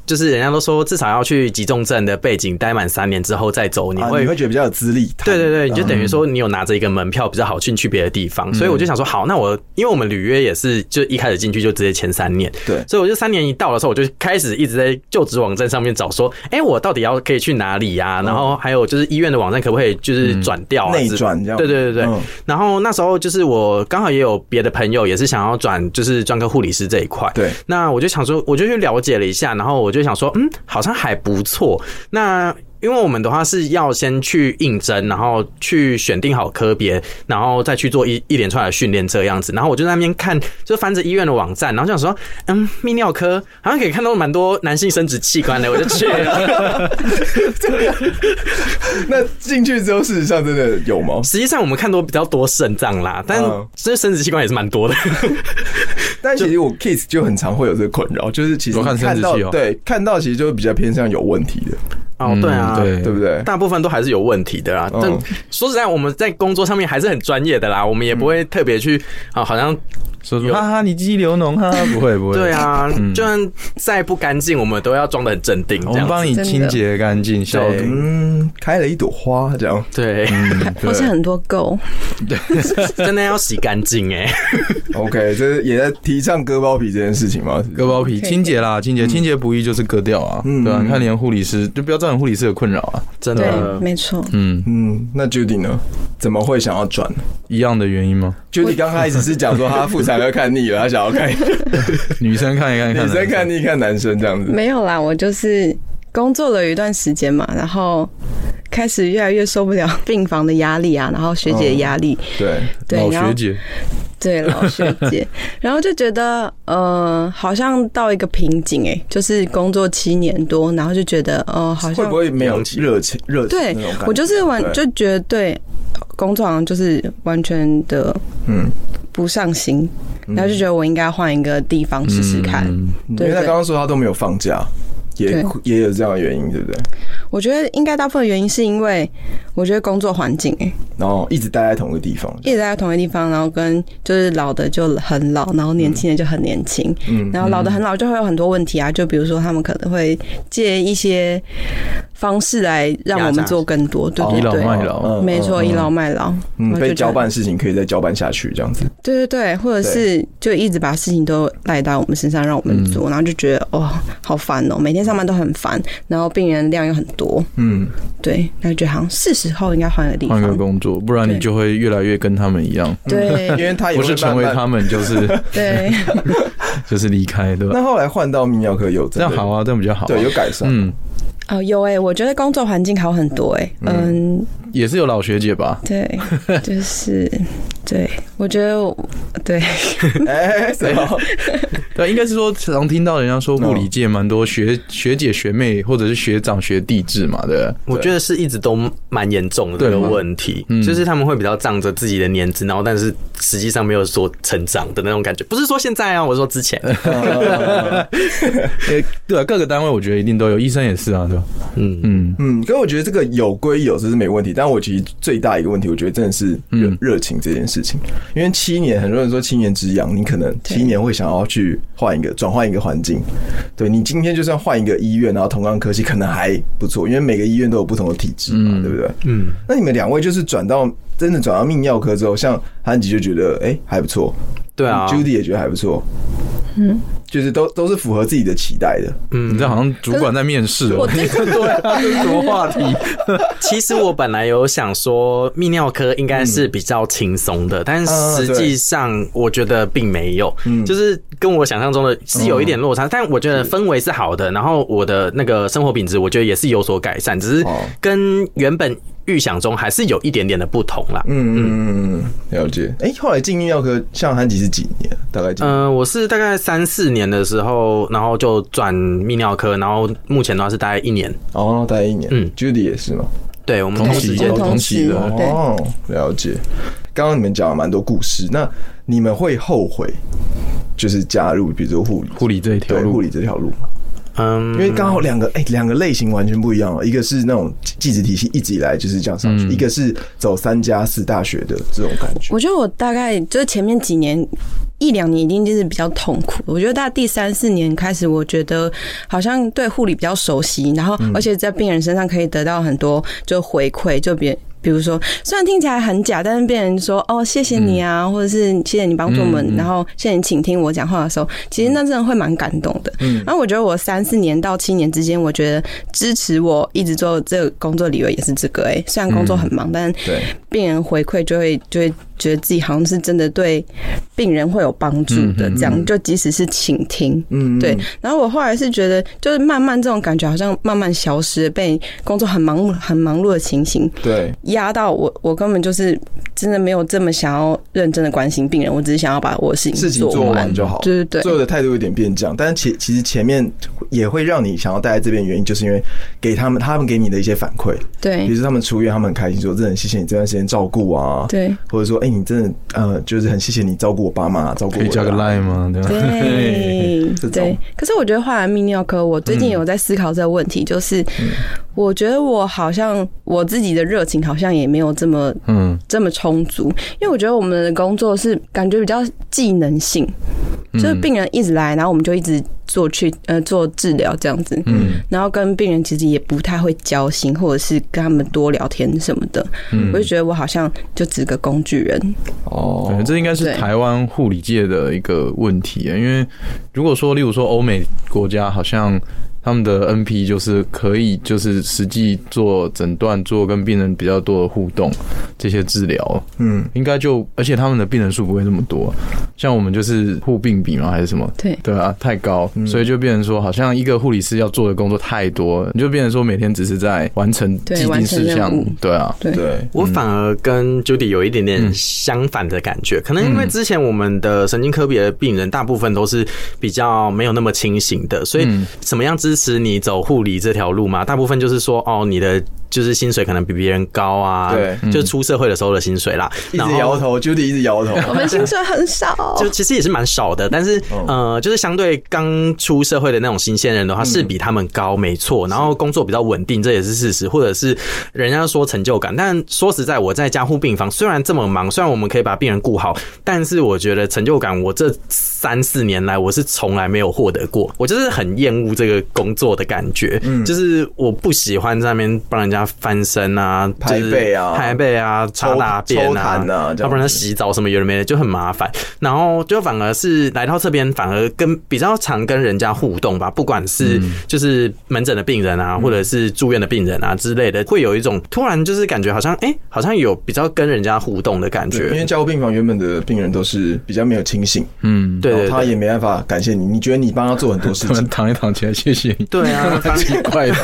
[SPEAKER 7] 就是人家都说，至少要去急重症的背景待满三年之后再走，你
[SPEAKER 2] 啊，
[SPEAKER 7] 会
[SPEAKER 2] 你会觉得比较有资历，啊
[SPEAKER 7] 对对对，你就等于说你有拿着一个门票比较好进去别的地
[SPEAKER 2] 嗯
[SPEAKER 7] 方，所以我就想说，好，那我因为我们履约也是就一开始进去就直接前三年，
[SPEAKER 2] 对
[SPEAKER 7] 所以我就三年一到的时候，我就开始一直在就职网站上面找说，哎，我到底要可以去哪里呀、然后还有就是医院的网站可不可以就是转调啊之
[SPEAKER 2] 嗯
[SPEAKER 7] 类
[SPEAKER 2] 内
[SPEAKER 7] 的，
[SPEAKER 2] 转这样，
[SPEAKER 7] 对对对对。
[SPEAKER 2] 嗯
[SPEAKER 7] 然后那时候就是我刚好也有别的朋友也是想要转就是专科护理师这一块，
[SPEAKER 2] 对，
[SPEAKER 7] 那我就想说，我就去了解了一下，然后我就想说，嗯，好像还不错。那因因为我们的话是要先去应征，然后去选定好科别，然后再去做一一连串的训练这样子。然后我就在那边看，就翻着医院的网站，然后想说，嗯，泌尿科好像可以看到蛮多男性生殖器官的，我就去了。
[SPEAKER 2] 那进去之后，事实上真的有吗？
[SPEAKER 7] 实际上我们看多比较多肾脏啦，但
[SPEAKER 2] 嗯
[SPEAKER 7] 其实生殖器官也是蛮多的。
[SPEAKER 2] 但其实我 kiss 就很常会有这个困扰，就是其实
[SPEAKER 4] 有看生殖器
[SPEAKER 2] 到
[SPEAKER 4] 哦
[SPEAKER 2] 对看到其实就比较偏向有问题的，
[SPEAKER 7] 哦，对啊，
[SPEAKER 4] 嗯对
[SPEAKER 2] 对不对？
[SPEAKER 7] 大部分都还是有问题的啦。
[SPEAKER 2] 嗯
[SPEAKER 7] 但说实在，我们在工作上面还是很专业的啦，我们也不会特别去啊，好像
[SPEAKER 4] 说说
[SPEAKER 7] 有
[SPEAKER 4] 哈哈，你肌流脓哈，不会不会，嗯
[SPEAKER 7] 对，啊，就算再不干净，我们都要装的很镇定，
[SPEAKER 4] 我
[SPEAKER 7] 这
[SPEAKER 4] 们
[SPEAKER 7] 样
[SPEAKER 4] 帮
[SPEAKER 7] 子。
[SPEAKER 4] 你清洁干净消毒。
[SPEAKER 7] 对
[SPEAKER 2] 嗯，开了一朵花这样。
[SPEAKER 7] 对，
[SPEAKER 4] 嗯
[SPEAKER 3] 或是很多垢，
[SPEAKER 7] 真的要洗干 净哎。
[SPEAKER 2] OK，这是也在提倡割包皮这件事情吗？
[SPEAKER 4] 割包皮
[SPEAKER 3] 可以
[SPEAKER 4] 清洁啦，清洁清洁不易就是割掉啊，
[SPEAKER 2] 嗯
[SPEAKER 4] 对啊，你看连护理师就不要造成护理师的困扰啊，
[SPEAKER 7] 真
[SPEAKER 3] 对
[SPEAKER 7] 的，，
[SPEAKER 3] 没错。
[SPEAKER 4] 嗯，
[SPEAKER 2] 嗯，那 Judy 呢？怎么会想要转
[SPEAKER 4] 一样的原因吗？
[SPEAKER 2] ？Judy 刚开始是讲说他妇产科看 腻了，他想要看女
[SPEAKER 4] 女生看一看，看
[SPEAKER 2] 生看腻看男生这样子。
[SPEAKER 3] 没有啦，我就是工作了一段时间嘛，然后开始越来越受不了病房的压力啊，然后学姐的压力，
[SPEAKER 2] 对，
[SPEAKER 3] 对，
[SPEAKER 4] 嗯老
[SPEAKER 3] 然后
[SPEAKER 4] 学姐，
[SPEAKER 3] 对老学 姐，然后就觉得呃，好像到一个瓶颈哎、就是工作七年多，然后就觉得呃，好
[SPEAKER 2] 会
[SPEAKER 3] 像
[SPEAKER 2] 不会没有热情？热情
[SPEAKER 3] 对
[SPEAKER 2] 那种感觉
[SPEAKER 3] 我就是完
[SPEAKER 2] 对
[SPEAKER 3] 就觉得对工作好像就是完全的
[SPEAKER 2] 嗯，
[SPEAKER 3] 不上心，然后就觉得我应该换一个地方试试看。
[SPEAKER 4] 嗯
[SPEAKER 2] 因
[SPEAKER 3] 对
[SPEAKER 2] 为他
[SPEAKER 3] 对
[SPEAKER 2] 刚刚说他都没有放假，也
[SPEAKER 3] 对
[SPEAKER 2] 也有这样的原因，对不对？
[SPEAKER 3] 我觉得应该大部分原因是因为我觉得工作环境哎、
[SPEAKER 2] 然后一直待在同一个地方，
[SPEAKER 3] 一直待在同一个地方，然后跟就是老的就很老，然后年轻的就很年轻，
[SPEAKER 2] 嗯
[SPEAKER 3] 然后老的很老就会有很多问题啊，就比如说他们可能会借一些方式来让我
[SPEAKER 7] 压
[SPEAKER 3] 们
[SPEAKER 7] 榨
[SPEAKER 3] 做更多，对
[SPEAKER 4] 倚
[SPEAKER 3] 不
[SPEAKER 4] 哦老
[SPEAKER 3] 对？
[SPEAKER 4] 卖老
[SPEAKER 2] 嗯
[SPEAKER 3] 没错，
[SPEAKER 2] 嗯
[SPEAKER 3] 倚老卖老，
[SPEAKER 2] 嗯，
[SPEAKER 3] 我就
[SPEAKER 2] 被
[SPEAKER 3] 觉
[SPEAKER 2] 交
[SPEAKER 3] 得
[SPEAKER 2] 办的事情可以再交办下去，这样 子。
[SPEAKER 3] 对对对，或者是就一直把事情都赖到我们身上，让我们
[SPEAKER 4] 嗯
[SPEAKER 3] 做，然后就觉得哦，好烦哦，每天上班都很烦，然后病人量又很多，
[SPEAKER 2] 嗯，
[SPEAKER 3] 对，那就觉得好像是时候应该换个地
[SPEAKER 4] 换个
[SPEAKER 3] 方，
[SPEAKER 4] 工作，不然你
[SPEAKER 3] 对
[SPEAKER 4] 就会越来越跟他们一样，
[SPEAKER 2] 因
[SPEAKER 3] 对
[SPEAKER 2] 为他也
[SPEAKER 4] 不
[SPEAKER 2] 会
[SPEAKER 4] 是成为
[SPEAKER 2] 慢慢。
[SPEAKER 4] 他们就是
[SPEAKER 3] 对，
[SPEAKER 4] 就是离开，对吧？
[SPEAKER 2] 那后来换到泌尿科有
[SPEAKER 4] 这
[SPEAKER 2] 真
[SPEAKER 4] 样
[SPEAKER 2] 的
[SPEAKER 4] 好啊，这样比较好啊。
[SPEAKER 2] 对有改善。
[SPEAKER 4] 嗯，
[SPEAKER 3] 哦有哎、我觉得工作环境好很多哎、嗯
[SPEAKER 4] 也是有老学姐吧？
[SPEAKER 3] 对，就是对，我觉得我对，
[SPEAKER 2] 哎，什 么？
[SPEAKER 4] 对，应该是说常听到人家说护理界蛮多学学姐学妹或者是学长学弟制嘛，对不
[SPEAKER 7] 我觉得是一直都蛮严重的
[SPEAKER 4] 对嗯
[SPEAKER 7] 这个问题，就是他们会比较仗着自己的年资，然后但是实际上没有说成长的那种感觉。不是说现在啊，我是说之前，
[SPEAKER 4] 对？诶对啊，各个单位我觉得一定都有，医生也是啊，对吧？
[SPEAKER 7] 嗯，
[SPEAKER 4] 嗯，
[SPEAKER 2] 嗯，可是我觉得这个有归有，这是没问题。但我其实最大一个问题，我觉得真的是热热情这件事情。因为七年，很多人说七年之痒，你可能七年会想要去换一个转换一个环境。对你今天就算换一个医院，然后同样科系，可能还不错，因为每个医院都有不同的体制嘛，对不对？嗯。那你们两位就是转到真的转到泌尿科之后，像韩吉就觉得哎、还不错，
[SPEAKER 7] 对啊，
[SPEAKER 2] Judy 也觉得还不错，嗯，就是都都是符合自己的期待的。
[SPEAKER 4] 你这好像主管在面试哦
[SPEAKER 3] 我。最 近
[SPEAKER 4] 对啊，这是什么话题？
[SPEAKER 7] 其实我本来有想说泌尿科应该是比较轻松的，但实际上我觉得并没有，就是跟我想象中的是有一点落差。但我觉得氛围是好的，然后我的那个生活品质，我觉得也是有所改善，只是
[SPEAKER 2] 哦
[SPEAKER 7] 跟原本预想中还是有一点点的不同啦。
[SPEAKER 2] 嗯嗯嗯，嗯，了解。哎、后来进泌尿科，像韩吉是几年？大概几年？
[SPEAKER 7] 嗯、我是大概三四年的时候，然后就转泌尿科，然后目前的话是大概一年。
[SPEAKER 2] 哦，大概一年。
[SPEAKER 7] 嗯
[SPEAKER 2] ，Judy 也是吗？
[SPEAKER 7] 对我们
[SPEAKER 4] 同
[SPEAKER 7] 同
[SPEAKER 4] 期
[SPEAKER 7] 时
[SPEAKER 4] 间
[SPEAKER 7] 间
[SPEAKER 3] 同
[SPEAKER 4] 同期的，
[SPEAKER 3] 对
[SPEAKER 2] 哦，了解。刚刚你们讲了蛮多故事，那你们会后悔就是加入，比如说护理
[SPEAKER 4] 护理这一条
[SPEAKER 2] 对护
[SPEAKER 4] 路，
[SPEAKER 2] 理这条路吗？
[SPEAKER 7] 嗯，
[SPEAKER 2] 因为刚好两个哎，两、个类型完全不一样了。一个是那种技职体系一直以来就是这样上去，一个是走三加四大学的这种感觉。
[SPEAKER 3] 我觉得我大概就是前面几年。一两年一定就是比较痛苦，我觉得大概第三四年开始，我觉得好像对护理比较熟悉，然后而且在病人身上可以得到很多就回馈，就别比如说，虽然听起来很假，但是病人说哦谢谢你啊，或者是谢谢你帮助我们，然后谢谢你倾听我讲话的时候，其实那真的会蛮感动的。然后我觉得我三四年到七年之间，我觉得支持我一直做这个工作理由也是这个哎、欸虽然工作很忙，但
[SPEAKER 2] 对
[SPEAKER 3] 病人回馈就会就会觉得自己好像是真的对病人会有帮助的，这样就即使是倾听，
[SPEAKER 2] 嗯，
[SPEAKER 3] 对，然后我后来是觉得，就是慢慢这种感觉好像慢慢消失，被工作很忙碌、很忙碌的情形
[SPEAKER 2] 对，
[SPEAKER 3] 压到我，我根本就是真的没有这么想要认真的关心病人，我只是想要把我的事
[SPEAKER 2] 事
[SPEAKER 3] 情
[SPEAKER 2] 情做
[SPEAKER 3] 完
[SPEAKER 2] 完就好。
[SPEAKER 3] 对对
[SPEAKER 2] 最后
[SPEAKER 3] 对，
[SPEAKER 2] 的态度有点变这样，但是其其实前面也会让你想要待在这边，原因就是因为给他们他们给你的一些反馈，比如
[SPEAKER 3] 对
[SPEAKER 2] 说他们出院，他们很开心说真的很谢谢你这段时间照顾啊，
[SPEAKER 3] 对
[SPEAKER 2] 或者说哎、你真的呃就是很谢谢你照顾我爸妈，照顾
[SPEAKER 4] 可
[SPEAKER 2] 我
[SPEAKER 4] 以加个
[SPEAKER 2] 啦
[SPEAKER 4] line 吗？ 对吧？
[SPEAKER 3] 对
[SPEAKER 2] 这种
[SPEAKER 3] 对。可是我觉得换来泌尿科，我最近有在思考这个问题，就是我觉得我好像我自己的热情好像也没有这么
[SPEAKER 4] 嗯
[SPEAKER 3] 这么充足，因为我觉得我们的工作是感觉比较技能性，就是病人一直来，然后我们就一直做去呃做治疗这样子，
[SPEAKER 4] 嗯
[SPEAKER 3] 然后跟病人其实也不太会交心，或者是跟他们多聊天什么的，
[SPEAKER 4] 嗯
[SPEAKER 3] 我就觉得我好像就只个工具人，
[SPEAKER 2] 哦
[SPEAKER 4] 对，，这应该是
[SPEAKER 3] 对
[SPEAKER 4] 台湾护理界的一个问题，啊因为如果说，例如说欧美国家，好像他们的 NP 就是可以就是实际做诊断，做跟病人比较多的互动，这些治疗
[SPEAKER 2] 嗯，
[SPEAKER 4] 应该就，而且他们的病人数不会那么多，像我们就是护病比嘛还是什么，
[SPEAKER 3] 对
[SPEAKER 4] 对啊，太高，
[SPEAKER 2] 嗯
[SPEAKER 4] 所以就变成说，好像一个护理师要做的工作太多，你就变成说每天只是在完成
[SPEAKER 3] 对
[SPEAKER 4] 既
[SPEAKER 3] 完
[SPEAKER 4] 定
[SPEAKER 3] 成
[SPEAKER 4] 事
[SPEAKER 3] 任
[SPEAKER 4] 项
[SPEAKER 3] 务，
[SPEAKER 4] 对啊，
[SPEAKER 3] 对
[SPEAKER 2] 对，
[SPEAKER 7] 我反而跟 Judy 有一点点相反的感觉，可能因为之前我们的神经科别的病人大部分都是比较没有那么清醒的，所以怎么样支持你走护理这条路嘛？大部分就是说，哦，你的就是薪水可能比别人高啊，
[SPEAKER 2] 对，
[SPEAKER 7] 就出社会的时候的薪水啦，
[SPEAKER 2] 一
[SPEAKER 7] 然
[SPEAKER 2] 直
[SPEAKER 7] 后
[SPEAKER 2] 摇头，Judy 一直摇 头，
[SPEAKER 3] 我们薪水很少，
[SPEAKER 7] 就其实也是蛮少的，但是、
[SPEAKER 2] 嗯
[SPEAKER 7] 呃，就是相对刚出社会的那种新鲜人的话，是
[SPEAKER 2] 嗯
[SPEAKER 7] 比他们高，没错。然后工作比较稳定，这也是事实，或者是人家说成就感。但说实在，我在加护病房虽然这么忙，虽然我们可以把病人顾好，但是我觉得成就感，我这三四年来我是从来没有获得过。我就是很厌恶这个工作的感觉，
[SPEAKER 2] 嗯
[SPEAKER 7] 就是我不喜欢在那边帮人家翻身啊、
[SPEAKER 2] 拍背啊
[SPEAKER 7] 就是拍背啊、擦
[SPEAKER 2] 抽
[SPEAKER 7] 大便
[SPEAKER 2] 抽痰啊这样子
[SPEAKER 7] 要不然他洗澡什么有的没的就很麻烦，然后就反而是来到这边，反而跟比较常跟人家互动吧，不管是就是门诊的病人啊，或者是住院的病人啊之类的，会有一种突然就是感觉好像哎、诶好像有比较跟人家互动的感
[SPEAKER 2] 对因为
[SPEAKER 7] 觉。
[SPEAKER 2] 加护病房原本的病人都是比较没有清醒，
[SPEAKER 4] 嗯，
[SPEAKER 7] 对
[SPEAKER 2] 然后
[SPEAKER 7] 对
[SPEAKER 2] 他
[SPEAKER 7] 对，
[SPEAKER 2] 也没办法感谢你，你觉得你帮他做很多事
[SPEAKER 4] 他们
[SPEAKER 2] 情，
[SPEAKER 4] 躺一躺起来，谢谢你，
[SPEAKER 7] 对啊，
[SPEAKER 4] 蛮 奇 怪的，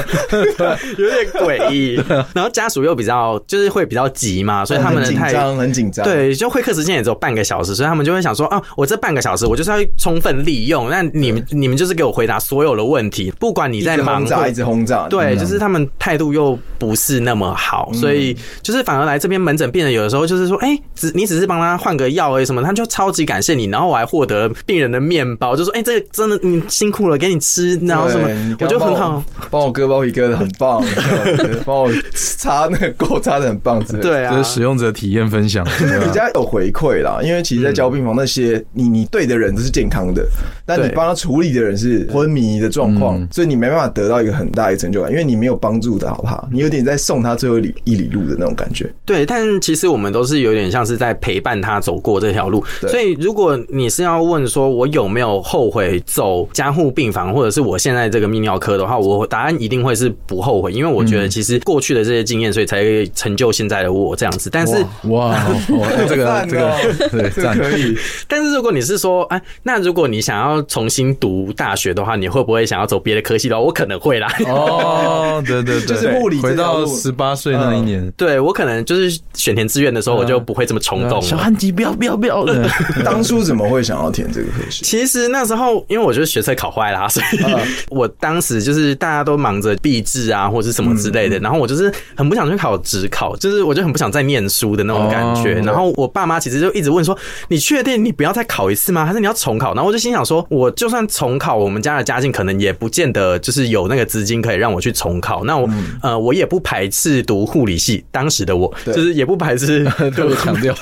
[SPEAKER 7] 有点诡异。然后家属又比较就是会比较急嘛， 所以他们
[SPEAKER 2] 很
[SPEAKER 7] 的
[SPEAKER 2] 紧
[SPEAKER 7] 态
[SPEAKER 2] 张，很紧张，，
[SPEAKER 7] 对，就会客时间也只有半个小时，所以他们就会想说啊，我这半个小时我就是要充分利用。那你们你们就是给我回答所有的问题，不管你
[SPEAKER 2] 一
[SPEAKER 7] 在
[SPEAKER 2] 直
[SPEAKER 7] 忙
[SPEAKER 2] 轰炸，
[SPEAKER 7] 或
[SPEAKER 2] 一直嗯轰炸，
[SPEAKER 7] 对，就是他们态度又不是那么好，
[SPEAKER 2] 嗯
[SPEAKER 7] 所以就是反而来这边门诊病人有的时候就是说，哎、只你只是帮他换个药哎而已什么，他就超级感谢你，然后我还获得病人的面包，就说，哎、这个真的你辛苦了，给你吃， 然后什么
[SPEAKER 2] 对你，
[SPEAKER 7] 我
[SPEAKER 2] 刚
[SPEAKER 7] 就
[SPEAKER 2] 帮
[SPEAKER 7] 很好。，
[SPEAKER 2] 帮我割包皮割的很棒， 帮我擦那个垢擦的很棒之类的。
[SPEAKER 7] 对啊，
[SPEAKER 4] 这是使用者体验分享，
[SPEAKER 2] 就是比较有回馈啦，因为其实，在交病房那些你你对的人都是健康的，但你
[SPEAKER 7] 嗯对嗯
[SPEAKER 2] 帮他处理的人是昏迷的状况，所以你没办法得到一个很大的成就感，因为你没有帮助到他，你有点在送他最后一里一里路的那种感觉。
[SPEAKER 7] 对，但其实我们都是有点像是在陪伴他走过这条路，
[SPEAKER 2] 对
[SPEAKER 7] 所以如果你是要问说我有没有后悔走加护病房或者是我现在这个泌尿科的话，我答案一定会是不后悔，因为我觉
[SPEAKER 4] 嗯
[SPEAKER 7] 得其实过去的这些经验，所以才会成就现在的我这样子。但是，
[SPEAKER 4] 哇，哦这个
[SPEAKER 2] 赞
[SPEAKER 4] 这
[SPEAKER 2] 哦
[SPEAKER 4] 个对
[SPEAKER 2] 这个
[SPEAKER 4] 赞，
[SPEAKER 2] 可以，
[SPEAKER 7] 但是如果你是说，哎、那如果你想要重新读大学的话，你会不会想要走别的科系的话？我可能会啦。
[SPEAKER 4] 哦，对对 对，
[SPEAKER 2] 就是护理这
[SPEAKER 4] 回
[SPEAKER 2] 条
[SPEAKER 4] 到
[SPEAKER 2] 路
[SPEAKER 4] 十八岁那一年，
[SPEAKER 7] 对我可能就是选填志愿的时候，我就不会这么冲动了。
[SPEAKER 4] 啊小汉吉，不要不要不 要的，
[SPEAKER 2] 当初怎么会想要填这个科 系？
[SPEAKER 7] 其实那时候，因为我就是学测考坏啦，所以 我当时就是大家都忙着毕制啊，或者是什么之类的，然后我就是很不想去考职考，就是我就很不想再念书的那种感觉。
[SPEAKER 4] 哦
[SPEAKER 7] 然后我爸妈其实就一直问说：“你确定你不要再考一次吗？还是你要重考？”然后我就心想说：“我就算重考，我们家的家境可能也不见得就是有那个资金可以让我去重考。那我、呃，我也不排斥读护理系，当时的我
[SPEAKER 2] 对
[SPEAKER 7] 就是也不排斥
[SPEAKER 4] 特别强调，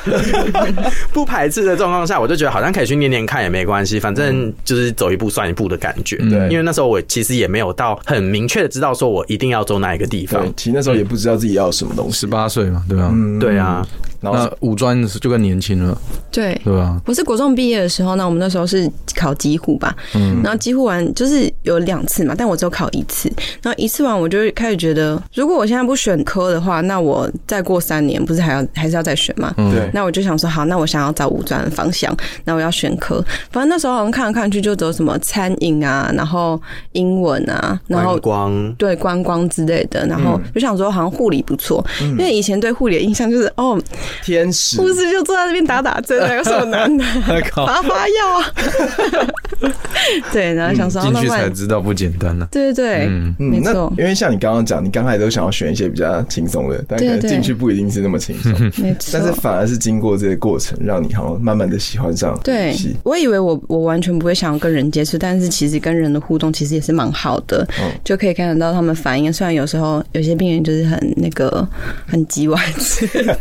[SPEAKER 7] 不排斥的状况下，我就觉得好像可以去念念看也没关系，反正就是走一步算一步的感觉。
[SPEAKER 4] 对
[SPEAKER 7] 因为那时候我其实也没有到很明确的知道说我一定要走哪一个地方
[SPEAKER 2] 对，，其实那时候也不知道自己要什么东西
[SPEAKER 4] 十。八岁嘛，对吧、
[SPEAKER 2] 嗯
[SPEAKER 7] 对啊，
[SPEAKER 2] 然后
[SPEAKER 4] 那五专就更年轻了，
[SPEAKER 3] 对，
[SPEAKER 4] 对吧？
[SPEAKER 3] 我是国中毕业的时候呢，我们那时候是考几乎吧，
[SPEAKER 4] 嗯
[SPEAKER 3] 然后几乎完就是有两次嘛，但我只有考一次。然后一次完，我就会开始觉得，如果我现在不选科的话，那我再过三年不是还要还是要再选吗？
[SPEAKER 4] 嗯
[SPEAKER 2] 对，
[SPEAKER 3] 那我就想说，好，那我想要找五专的方向，那我要选科。反正那时候好像看来看去就走什么餐饮啊，然后英文啊，然后
[SPEAKER 7] 观光
[SPEAKER 3] 对观光之类的，然后
[SPEAKER 4] 嗯
[SPEAKER 3] 就想说好像护理不错，因为以前对护理的印象就是哦，
[SPEAKER 2] 天使
[SPEAKER 3] 护士就坐在那边打打针啊，有什么难的？
[SPEAKER 4] 靠，
[SPEAKER 3] 发发药啊。 对，然后想说
[SPEAKER 4] 嗯进
[SPEAKER 3] 慢
[SPEAKER 4] 去才
[SPEAKER 3] 慢，
[SPEAKER 4] 知道不简单了、
[SPEAKER 3] 对对对，
[SPEAKER 4] 嗯，
[SPEAKER 2] 嗯
[SPEAKER 3] 没
[SPEAKER 2] 那
[SPEAKER 3] 错
[SPEAKER 2] 因为像你刚刚讲，你刚才都想要选一些比较轻松的，但可能
[SPEAKER 3] 对哦对
[SPEAKER 2] 进去不一定是那么轻 松，
[SPEAKER 3] 没错
[SPEAKER 2] 但。是反而是经过这个过程，让你好像慢慢的喜欢上
[SPEAKER 3] 对
[SPEAKER 2] 戏，
[SPEAKER 3] 我以为我我完全不会想要跟人接触，但是其实跟人的互动其实也是蛮好的，
[SPEAKER 2] 嗯
[SPEAKER 3] 就可以看得到他们反应。虽然有时候有些病人就是很那个很叽歪之类的，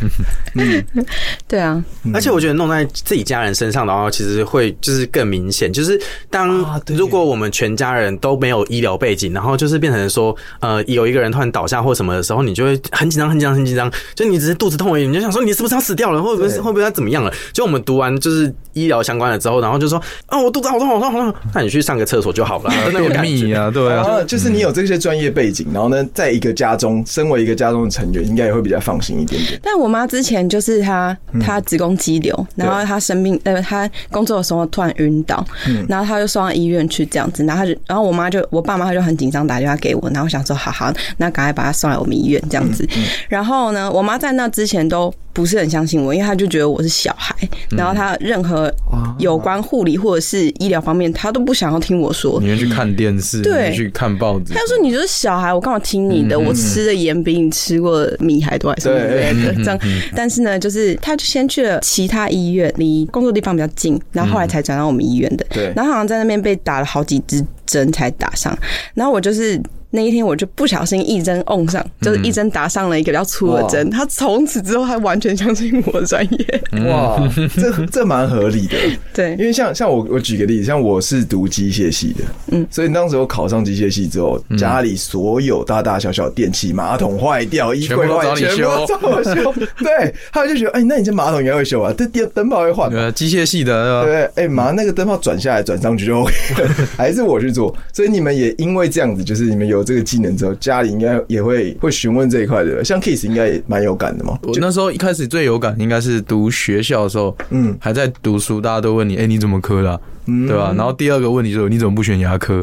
[SPEAKER 4] 嗯
[SPEAKER 3] 对啊，
[SPEAKER 2] 嗯
[SPEAKER 7] 而且我觉得弄在自己家人身上的话，其实会就是更明显。就是当
[SPEAKER 2] 啊对
[SPEAKER 7] 如果我们全家人都没有医疗背景，然后就是变成说，呃，有一个人突然倒下或什么的时候，你就会很紧张、很紧张、很紧张。就你只是肚子痛而已，你就想说你是不是要死掉了，会不会
[SPEAKER 2] 对
[SPEAKER 7] 会不会要怎么样了？就我们读完就是医疗相关的之后，然后就说啊，我肚子好痛、好痛、好痛，那你去上个厕所就好 了，那种
[SPEAKER 4] 便
[SPEAKER 7] 感
[SPEAKER 4] 秘
[SPEAKER 7] 觉。
[SPEAKER 4] 啊，对啊，
[SPEAKER 2] 啊，就是你有这些专业背景，然后呢，在一个家中，身为一个家中的成员，应该也会比较放心一点点。
[SPEAKER 3] 但我妈之前就是她，她子宫肌瘤，然后她生病，呃，她工作的时候突然晕倒，然后她就送到医院去这样子，然后她就，然后我妈就，我爸妈就很紧张打电话给我，然后想说，好好，那赶快把她送来我们医院这样子。然后呢，我妈在那之前都不是很相信我，因为她就觉得我是小孩，然后她任何有关护理或者是医疗方面，她都不想要听我说
[SPEAKER 4] 你。愿去看电视，
[SPEAKER 3] 对
[SPEAKER 4] 你去看报纸
[SPEAKER 3] 她，就说：“你就是小孩，我干嘛听你的？我吃的盐比你吃过的米还多，还是什么之类的。”这样，但是呢，就是他就先去了其他医院，离工作地方比较近，然后后来才转到我们医院的。
[SPEAKER 2] 对
[SPEAKER 3] 然后好像在那边被打了好几支针才打上，然后我就是。那一天我就不小心一针弄上，就是一针打上了一个比较粗的针。他从此之后，他完全相信我的专业。
[SPEAKER 4] 嗯
[SPEAKER 2] 哇，这这蛮合理的，因
[SPEAKER 3] 对，
[SPEAKER 2] 为像像我我举个例子，像我是读机械系的，嗯，所以当时我考上机械系之后，
[SPEAKER 4] 嗯
[SPEAKER 2] 家里所有大大小小电器，马桶坏掉，衣柜坏，
[SPEAKER 4] 全
[SPEAKER 2] 全
[SPEAKER 4] 部
[SPEAKER 2] 部
[SPEAKER 4] 都
[SPEAKER 2] 都
[SPEAKER 4] 找
[SPEAKER 2] 找我 修，对，他就觉得，哎，那你这马桶应该会修啊，这
[SPEAKER 4] 嗯
[SPEAKER 2] 电灯泡会换吧。
[SPEAKER 4] 呃，机械系的，对吧
[SPEAKER 2] 对，哎、马那个灯泡转下来转上去 就 OK，了还是我去做。所以你们也因为这样子，就是你们有这个技能之后，家里应该也会会询问这一块的。像 Kiss 应该也蛮有感的嘛，
[SPEAKER 4] 我那时候一开始最有感，应该是读学校的时候，
[SPEAKER 2] 嗯
[SPEAKER 4] 还在读书，大家都问你，哎、你怎么科的啊、对吧？然后第二个问题就是你怎么不选牙 科？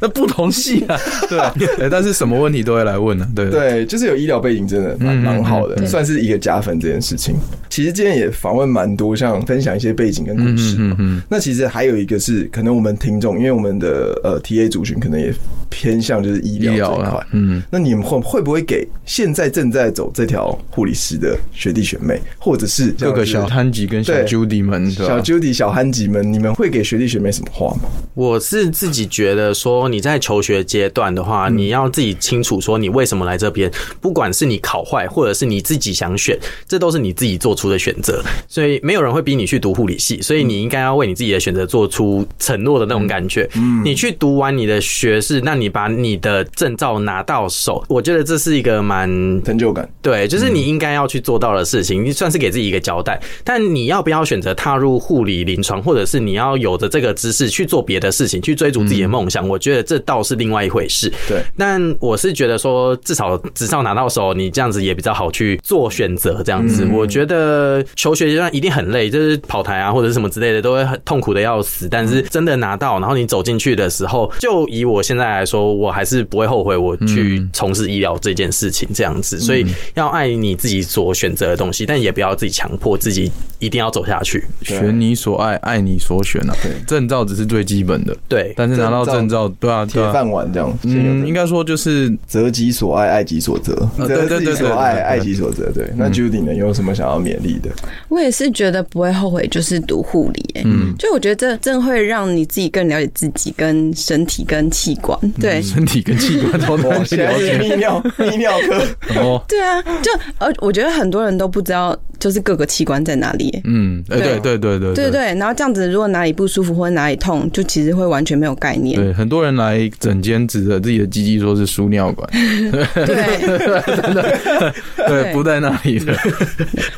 [SPEAKER 4] 那不同系啊，对吧、哎但是什么问题都会来问的、啊对
[SPEAKER 2] 对，就是有医疗背景，真的蛮
[SPEAKER 4] 嗯嗯
[SPEAKER 2] 蛮好的，算是一个加分这件事情。其实今天也访问蛮多，像分享一些背景跟故事
[SPEAKER 4] 嗯
[SPEAKER 2] 嘛。那其实还有一个是，可能我们听众，因为我们的呃 TA 族群可能也偏向就是医
[SPEAKER 4] 医
[SPEAKER 2] 疗
[SPEAKER 4] 疗
[SPEAKER 2] 这一块
[SPEAKER 4] 啦，，嗯，
[SPEAKER 2] 那你们会会不会给现在正在走这条护理师的学弟学妹，或者是
[SPEAKER 4] 各个小
[SPEAKER 2] 像
[SPEAKER 4] 摊吉跟小
[SPEAKER 2] 对
[SPEAKER 4] Judy 们，
[SPEAKER 2] 是
[SPEAKER 4] 对
[SPEAKER 2] 小
[SPEAKER 4] 吧？
[SPEAKER 2] Judy、小憨吉们，你们会给学弟学妹什么话吗？
[SPEAKER 7] 我是自己觉得说，你在求学阶段的话，你要自己清楚说你为什么来这边，不管是你考坏，或者是你自己想选，这都是你自己做出的选择，所以没有人会逼你去读护理系，所以你应该要为你自己的选择做出承诺的那种感觉。你去读完你的学士，那你把你的证照拿到手，我觉得这是一个蛮
[SPEAKER 2] 成就感，
[SPEAKER 7] 对，就是你应该要去做到的事情，你算是给自己一个交代。但你要不要选择踏入护理临床，或者是你要有着这个知识去做别的事情，去追逐自己的梦想？我觉得这倒是另外一回事。
[SPEAKER 2] 对，
[SPEAKER 7] 但我是觉得说，至少执照拿到手，你这样子也比较好去做选择。这样子，
[SPEAKER 3] 嗯
[SPEAKER 7] 我觉得求学阶段一定很累，就是跑台啊或者是什么之类的，都会很痛苦的要死。但是真的拿到，然后你走进去的时候，就以我现在来说，我还是不会后悔我去
[SPEAKER 3] 嗯
[SPEAKER 7] 从事医疗这件事情这样子。所以要爱你自己所选择的东西，但也不要自己强迫自己一定要走下去。
[SPEAKER 4] 选你所爱，爱你所选啊。证照只是最基本的，
[SPEAKER 7] 对，
[SPEAKER 4] 但是拿到证照，对啊，
[SPEAKER 2] 铁
[SPEAKER 4] 对啊。
[SPEAKER 2] 饭碗这样。
[SPEAKER 4] 嗯，
[SPEAKER 2] 嗯，
[SPEAKER 4] 应该说就是
[SPEAKER 2] 择己所爱，爱己所择，
[SPEAKER 4] 对
[SPEAKER 2] 择
[SPEAKER 4] 哦
[SPEAKER 2] 自
[SPEAKER 4] 对对
[SPEAKER 2] 己
[SPEAKER 4] 对
[SPEAKER 2] 所
[SPEAKER 4] 对对嗯
[SPEAKER 2] 爱，爱己所择。对，那 Judy 呢？有什么想要勉励的？
[SPEAKER 3] 我也是觉得不会后悔，就是读护理、欸。嗯，就我觉得这真的会让你自己更了解自己、跟身体、跟器官。
[SPEAKER 4] 嗯
[SPEAKER 3] 对，
[SPEAKER 4] 身体跟器官都
[SPEAKER 2] 哇
[SPEAKER 4] 能去
[SPEAKER 2] 现在
[SPEAKER 4] 了
[SPEAKER 2] 是
[SPEAKER 4] 解
[SPEAKER 2] 泌尿泌尿科，
[SPEAKER 4] 哦。
[SPEAKER 3] 对啊，就呃，我觉得很多人都不知道就是各个器官在哪里耶、
[SPEAKER 4] 嗯，哎，对
[SPEAKER 3] 对
[SPEAKER 4] 对对对
[SPEAKER 3] 对对，然后这样子，如果哪里不舒服或者哪里痛，就其实会完全没有概念。
[SPEAKER 4] 对，很多人来整间指着自己的鸡鸡说是输尿 管，
[SPEAKER 3] 对，
[SPEAKER 4] 对，不在那里的，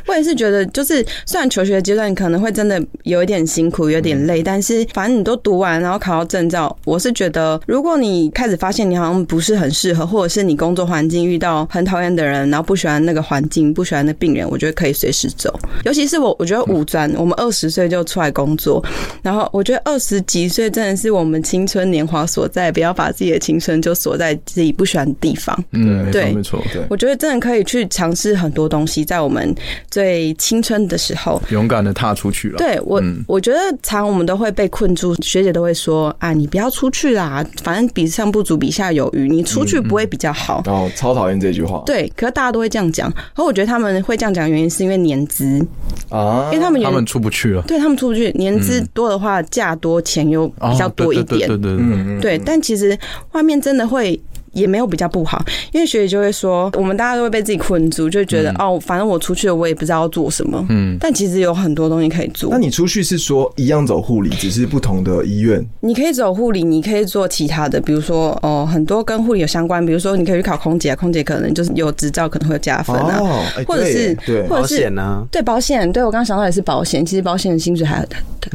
[SPEAKER 3] 我也是觉得，就是虽然求学阶段可能会真的有一点辛苦，有点累，但是反正你都读完，然后考到证照，我是觉得，如果你开始发现你好像不是很适合，或者是你工作环境遇到很讨厌的人，然后不喜欢那个环境，不喜欢那病人，我觉得可以随时走。尤其是我，我觉得五专，我们二十岁就出来工作，然后我觉得二十几岁真的是我们青春年华所在，不要把自己的青春就锁在自己不喜欢的地方。
[SPEAKER 4] 嗯，没错
[SPEAKER 3] 对
[SPEAKER 4] 没错，
[SPEAKER 2] 对
[SPEAKER 3] 我觉得真的可以去尝试很多东西，在我们最青春的时候。
[SPEAKER 4] 勇敢的踏出去了，
[SPEAKER 3] 对我，
[SPEAKER 4] 嗯
[SPEAKER 3] 我觉得常我们都会被困住，学姐都会说啊，你不要出去啦，反正比上不足，比下有余，你出
[SPEAKER 4] 嗯
[SPEAKER 3] 去不会比较好。
[SPEAKER 2] 然后哦超讨厌这句话，
[SPEAKER 3] 对，可是大家都会这样讲，然后我觉得他们会这样讲，原因是因为年资，因
[SPEAKER 2] 啊
[SPEAKER 3] 为他们
[SPEAKER 4] 他
[SPEAKER 3] 原
[SPEAKER 4] 们出不去了，
[SPEAKER 3] 对他们出去年资多的话，价多钱又比较
[SPEAKER 4] 哦
[SPEAKER 3] 多一点
[SPEAKER 4] 对，对对对对，
[SPEAKER 2] 嗯嗯，
[SPEAKER 3] 对，但其实外面真的会。也没有比较不好，因为学姐就会说，我们大家都会被自己困住，就
[SPEAKER 2] 嗯
[SPEAKER 3] 觉得、哦，反正我出去了，我也不知道要做什么。嗯，但其实有很多东西可以做。
[SPEAKER 2] 那你出去是说一样走护理，只是不同的医院
[SPEAKER 3] 你可以走护理，你可以做其他的，比如说哦，很多跟护理有相关，比如说你可以去考空姐，空姐可能就是有执照，可能会有加分啊，
[SPEAKER 2] 哦，哎
[SPEAKER 3] 或者
[SPEAKER 2] 对
[SPEAKER 3] 是
[SPEAKER 2] 耶对，啊
[SPEAKER 3] 或
[SPEAKER 7] 保
[SPEAKER 3] 者是
[SPEAKER 7] 险呢、
[SPEAKER 3] 对保险。对我刚刚想到也是保险，其实保险的薪水还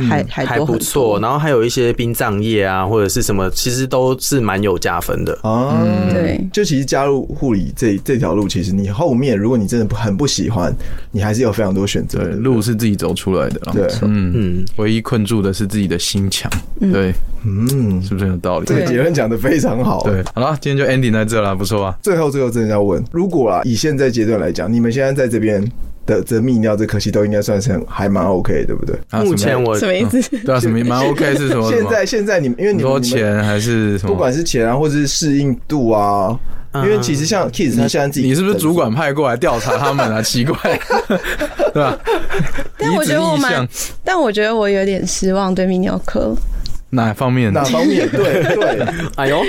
[SPEAKER 3] 还还
[SPEAKER 7] 还
[SPEAKER 3] 多
[SPEAKER 7] 不
[SPEAKER 3] 很
[SPEAKER 7] 错，
[SPEAKER 3] 多。
[SPEAKER 7] 然后还有一些殡葬业啊，或者是什么，其实都是蛮有加分的。
[SPEAKER 2] 啊，
[SPEAKER 4] 嗯
[SPEAKER 3] 对
[SPEAKER 2] 就其实加入护理这这条路，其实你后面如果你真的不很不喜欢，你还是有非常多选择
[SPEAKER 4] 对，
[SPEAKER 2] 的。
[SPEAKER 4] 路是自己走出来的啦，
[SPEAKER 2] 对
[SPEAKER 4] 嗯。
[SPEAKER 7] 嗯，
[SPEAKER 4] 唯一困住的是自己的心墙，对，
[SPEAKER 2] 嗯，
[SPEAKER 4] 是不是很有道理？
[SPEAKER 2] 这个
[SPEAKER 3] 对
[SPEAKER 2] 结论讲的非常好。
[SPEAKER 4] 对，好了，今天就 ending 在这了，不错吧？
[SPEAKER 2] 最后最后真的要问，如果啊，以现在阶段来讲，你们现在在这边的这泌尿这科系都应该算是很还蛮 OK，对不对？
[SPEAKER 4] 啊
[SPEAKER 7] 目
[SPEAKER 4] 什
[SPEAKER 7] 前
[SPEAKER 4] 么
[SPEAKER 7] 我
[SPEAKER 3] 什么意思？
[SPEAKER 4] 对啊，什 么蛮 OK 是什么？
[SPEAKER 2] 现在现在你们因为
[SPEAKER 4] 很
[SPEAKER 2] 你
[SPEAKER 4] 多
[SPEAKER 2] 们你们
[SPEAKER 4] 钱还是什么？
[SPEAKER 2] 不管是钱啊，或者是适应度啊，因为其实像 Kids 他现在自己
[SPEAKER 4] 嗯你是不是主管派过来调查 他们啊？奇怪， 对吧？
[SPEAKER 3] 但我
[SPEAKER 4] 移植
[SPEAKER 3] 觉得我
[SPEAKER 4] 意
[SPEAKER 3] 蛮
[SPEAKER 4] 向
[SPEAKER 3] 但我觉得我有点失望，对泌尿科。
[SPEAKER 4] 哪方面？
[SPEAKER 2] 哪方面？对对，
[SPEAKER 7] 哎呦，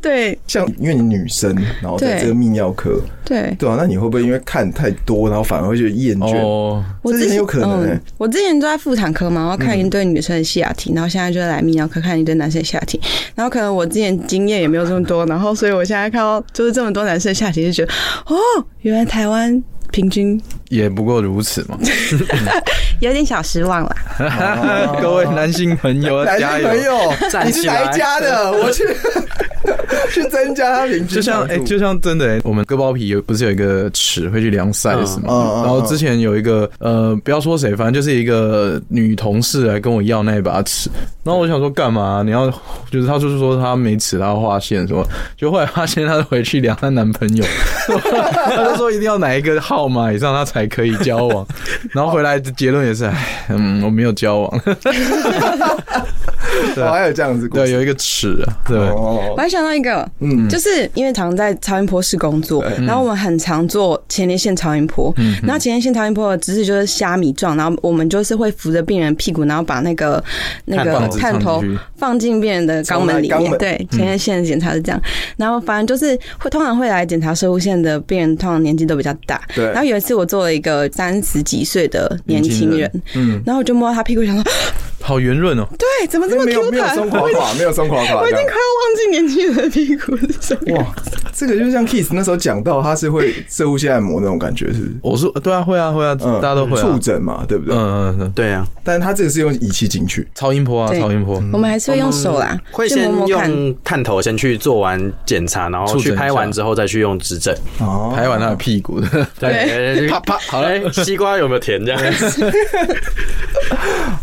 [SPEAKER 3] 对
[SPEAKER 2] 像因为你女生，然后在
[SPEAKER 3] 对
[SPEAKER 2] 这个泌尿科，
[SPEAKER 3] 对，
[SPEAKER 2] 对啊，那你会不会因为看太多，然后反而会觉得厌倦？
[SPEAKER 4] 哦，
[SPEAKER 3] 我
[SPEAKER 2] 这是
[SPEAKER 3] 之
[SPEAKER 2] 很
[SPEAKER 3] 前
[SPEAKER 2] 有可能欸嗯
[SPEAKER 3] 嗯。我之前都在妇产科嘛，然后看一堆女生的下体，然后现在就来泌尿科看一堆男生的下体，然后可能我之前经验也没有这么多，然后所以我现在看到就是这么多男生的下体，就觉得哦，原来台湾平均
[SPEAKER 4] 也不过如此嘛。
[SPEAKER 3] 有点小失望啦。
[SPEAKER 4] 各位男性朋友，
[SPEAKER 2] 哦 男
[SPEAKER 4] 加
[SPEAKER 2] 性
[SPEAKER 4] 油
[SPEAKER 2] 朋！友，
[SPEAKER 7] 站
[SPEAKER 2] 你是
[SPEAKER 7] 起
[SPEAKER 2] 哪
[SPEAKER 7] 来
[SPEAKER 2] 一家的？我去 去增加他邻居
[SPEAKER 4] 就像哎、
[SPEAKER 2] 哎，
[SPEAKER 4] 就像真的、欸，我们割包皮有不是有一个尺会去量 size 嘛？
[SPEAKER 2] 嗯嗯嗯
[SPEAKER 4] 然后之前有一个呃，不要说谁，反正就是一个女同事来跟我要那一把尺，然后我想说干嘛？啊你要就是她就是说她没尺，她要划线什么，就后来发现她回去量她男朋友， 她就说一定要哪一个号码以上她才可以交 往，然后回来的结论也是，哎，嗯，我没有 交往，
[SPEAKER 2] 哦还有这样子故
[SPEAKER 4] 啊对，
[SPEAKER 2] 事
[SPEAKER 4] 有一个尺啊，对。
[SPEAKER 2] 哦
[SPEAKER 3] 我，还想到一个，嗯，就是因为常在超音波室工作，然
[SPEAKER 2] 嗯
[SPEAKER 3] 后我们很常做前列腺超音波，然后前列腺超音波的姿势就是虾米状，然后我们就是会扶着病人屁股，然后把那个那个
[SPEAKER 4] 探头
[SPEAKER 3] 探
[SPEAKER 4] 放
[SPEAKER 3] 头
[SPEAKER 4] 进去
[SPEAKER 3] 放进病人的肛门里
[SPEAKER 2] 从那肛
[SPEAKER 3] 面
[SPEAKER 2] 门，
[SPEAKER 3] 对，前列腺的检查是这样，然后反正就是会通常会来检查射护腺的病人，通常年纪都比较大，
[SPEAKER 2] 对
[SPEAKER 3] 然后有一次我做了一个三十几岁的年轻人，嗯，然后我就摸到他屁股，想说，
[SPEAKER 4] 好圆润哦，
[SPEAKER 3] 对，怎么这么
[SPEAKER 2] 哎没有
[SPEAKER 3] Q
[SPEAKER 2] 没有
[SPEAKER 3] 弹？
[SPEAKER 2] 松垮垮，没有松垮垮
[SPEAKER 3] 我已
[SPEAKER 2] 这样
[SPEAKER 3] 经快要。忘记年轻人的屁股是什么。
[SPEAKER 2] 哇，这个就像 Kiss 那时候讲到，他是会射护腺按摩那种感觉，是不是？
[SPEAKER 4] 我说对啊，会啊，会啊，
[SPEAKER 2] 嗯，
[SPEAKER 4] 大家都会、啊，
[SPEAKER 2] 触诊嘛，对不对？
[SPEAKER 4] 嗯嗯嗯，
[SPEAKER 7] 对啊，
[SPEAKER 2] 但他这个是用仪器进去，
[SPEAKER 4] 超音波啊，
[SPEAKER 3] 对
[SPEAKER 4] 超音波，
[SPEAKER 7] 嗯
[SPEAKER 3] 我们还是会用手啦，
[SPEAKER 7] 会
[SPEAKER 3] 去
[SPEAKER 7] 先
[SPEAKER 3] 摸摸看。
[SPEAKER 7] 用嗯探头先去做完检查，然后
[SPEAKER 4] 触诊
[SPEAKER 7] 去
[SPEAKER 4] 一下
[SPEAKER 7] 拍完之后再去用指诊。
[SPEAKER 2] 哦
[SPEAKER 4] 拍完他的屁股，
[SPEAKER 7] 对，
[SPEAKER 4] 啪啪，好了
[SPEAKER 7] 哎，，西瓜有没有甜？这样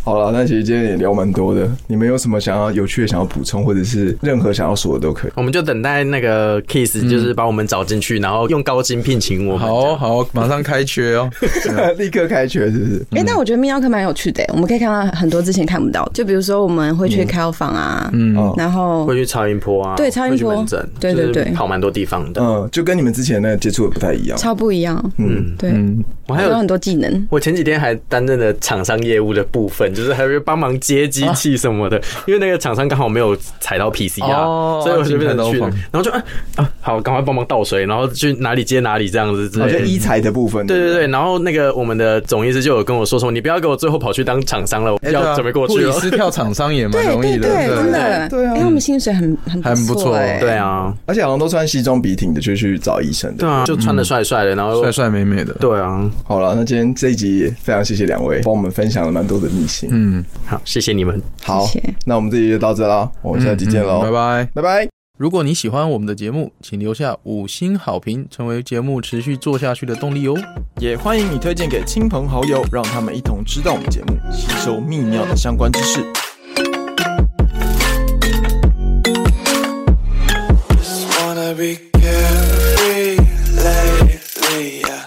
[SPEAKER 2] 好了，那其实今天也聊蛮多的。你们有什么想要有趣的想要补充，或者是任何想要说的都可以。
[SPEAKER 7] 我们就等待那个 kiss，就是把我们找进去，然后用高薪聘请我
[SPEAKER 4] 嗯
[SPEAKER 7] 们。
[SPEAKER 4] 好哦好哦，马上开缺哦，
[SPEAKER 2] 立刻开缺是不是？
[SPEAKER 3] 哎、但我觉得泌尿科蛮有趣的，我们可以看到很多之前看不到的，就比如说我们会去开药房啊，嗯，
[SPEAKER 2] 哦
[SPEAKER 3] 然后
[SPEAKER 7] 会去超音波啊，
[SPEAKER 3] 对超音波
[SPEAKER 7] 会去门诊，
[SPEAKER 3] 对对对
[SPEAKER 7] 就是跑蛮多地方的。
[SPEAKER 2] 嗯嗯，就跟你们之前那个接触的不太一样。
[SPEAKER 3] 超不一样，
[SPEAKER 2] 嗯，
[SPEAKER 3] 对，
[SPEAKER 4] 嗯，
[SPEAKER 7] 我还
[SPEAKER 3] 有很
[SPEAKER 7] 有。
[SPEAKER 3] 多技能。
[SPEAKER 7] 我前几天还担任了厂商业务的部分，就是还会帮忙接机器什么的，因为那个厂商刚好没有采到 PCR，、
[SPEAKER 4] 啊哦
[SPEAKER 7] 所以我就变成去了
[SPEAKER 4] 安全
[SPEAKER 7] 然后就啊啊好，赶快帮忙倒水，然后去哪里接哪里这样子之
[SPEAKER 2] 好
[SPEAKER 7] 类
[SPEAKER 4] 哦
[SPEAKER 2] 像
[SPEAKER 7] 的。
[SPEAKER 2] 一材的部分。
[SPEAKER 7] 对对对，然后那个我们的总医师就有跟我说说，你不要给我最后跑去当厂商了，我
[SPEAKER 4] 哎对
[SPEAKER 7] 要
[SPEAKER 4] 啊
[SPEAKER 7] 准备过
[SPEAKER 4] 护
[SPEAKER 7] 去
[SPEAKER 4] 理
[SPEAKER 7] 了。
[SPEAKER 4] 师跳厂商也蛮
[SPEAKER 3] 对
[SPEAKER 4] 容
[SPEAKER 3] 对
[SPEAKER 4] 易的，
[SPEAKER 3] 对，真的，
[SPEAKER 2] 对啊
[SPEAKER 3] 因为我们薪水很很
[SPEAKER 4] 很不错
[SPEAKER 3] 哎
[SPEAKER 7] 对啊，
[SPEAKER 2] 而且好像都穿西装笔挺的就去找医生的
[SPEAKER 7] 对。啊，就穿的帅帅的，然后
[SPEAKER 4] 嗯帅帅美美的。
[SPEAKER 7] 对啊，
[SPEAKER 2] 好了，那今天这一集也非常谢谢两位帮我们分享了蛮多的秘辛。
[SPEAKER 4] 嗯，
[SPEAKER 7] 好，谢谢你们。
[SPEAKER 2] 好
[SPEAKER 3] 谢谢，
[SPEAKER 2] 那我们这集就到这啦，我们下集见喽，
[SPEAKER 4] 嗯拜，拜。
[SPEAKER 2] 拜拜。
[SPEAKER 4] 如果你喜欢我们的节目，请留下五星好评，成为节目持续做下去的动力哦。
[SPEAKER 2] 也欢迎你推荐给亲朋好友，让他们一同知道我们节目，吸收泌尿的相关知识。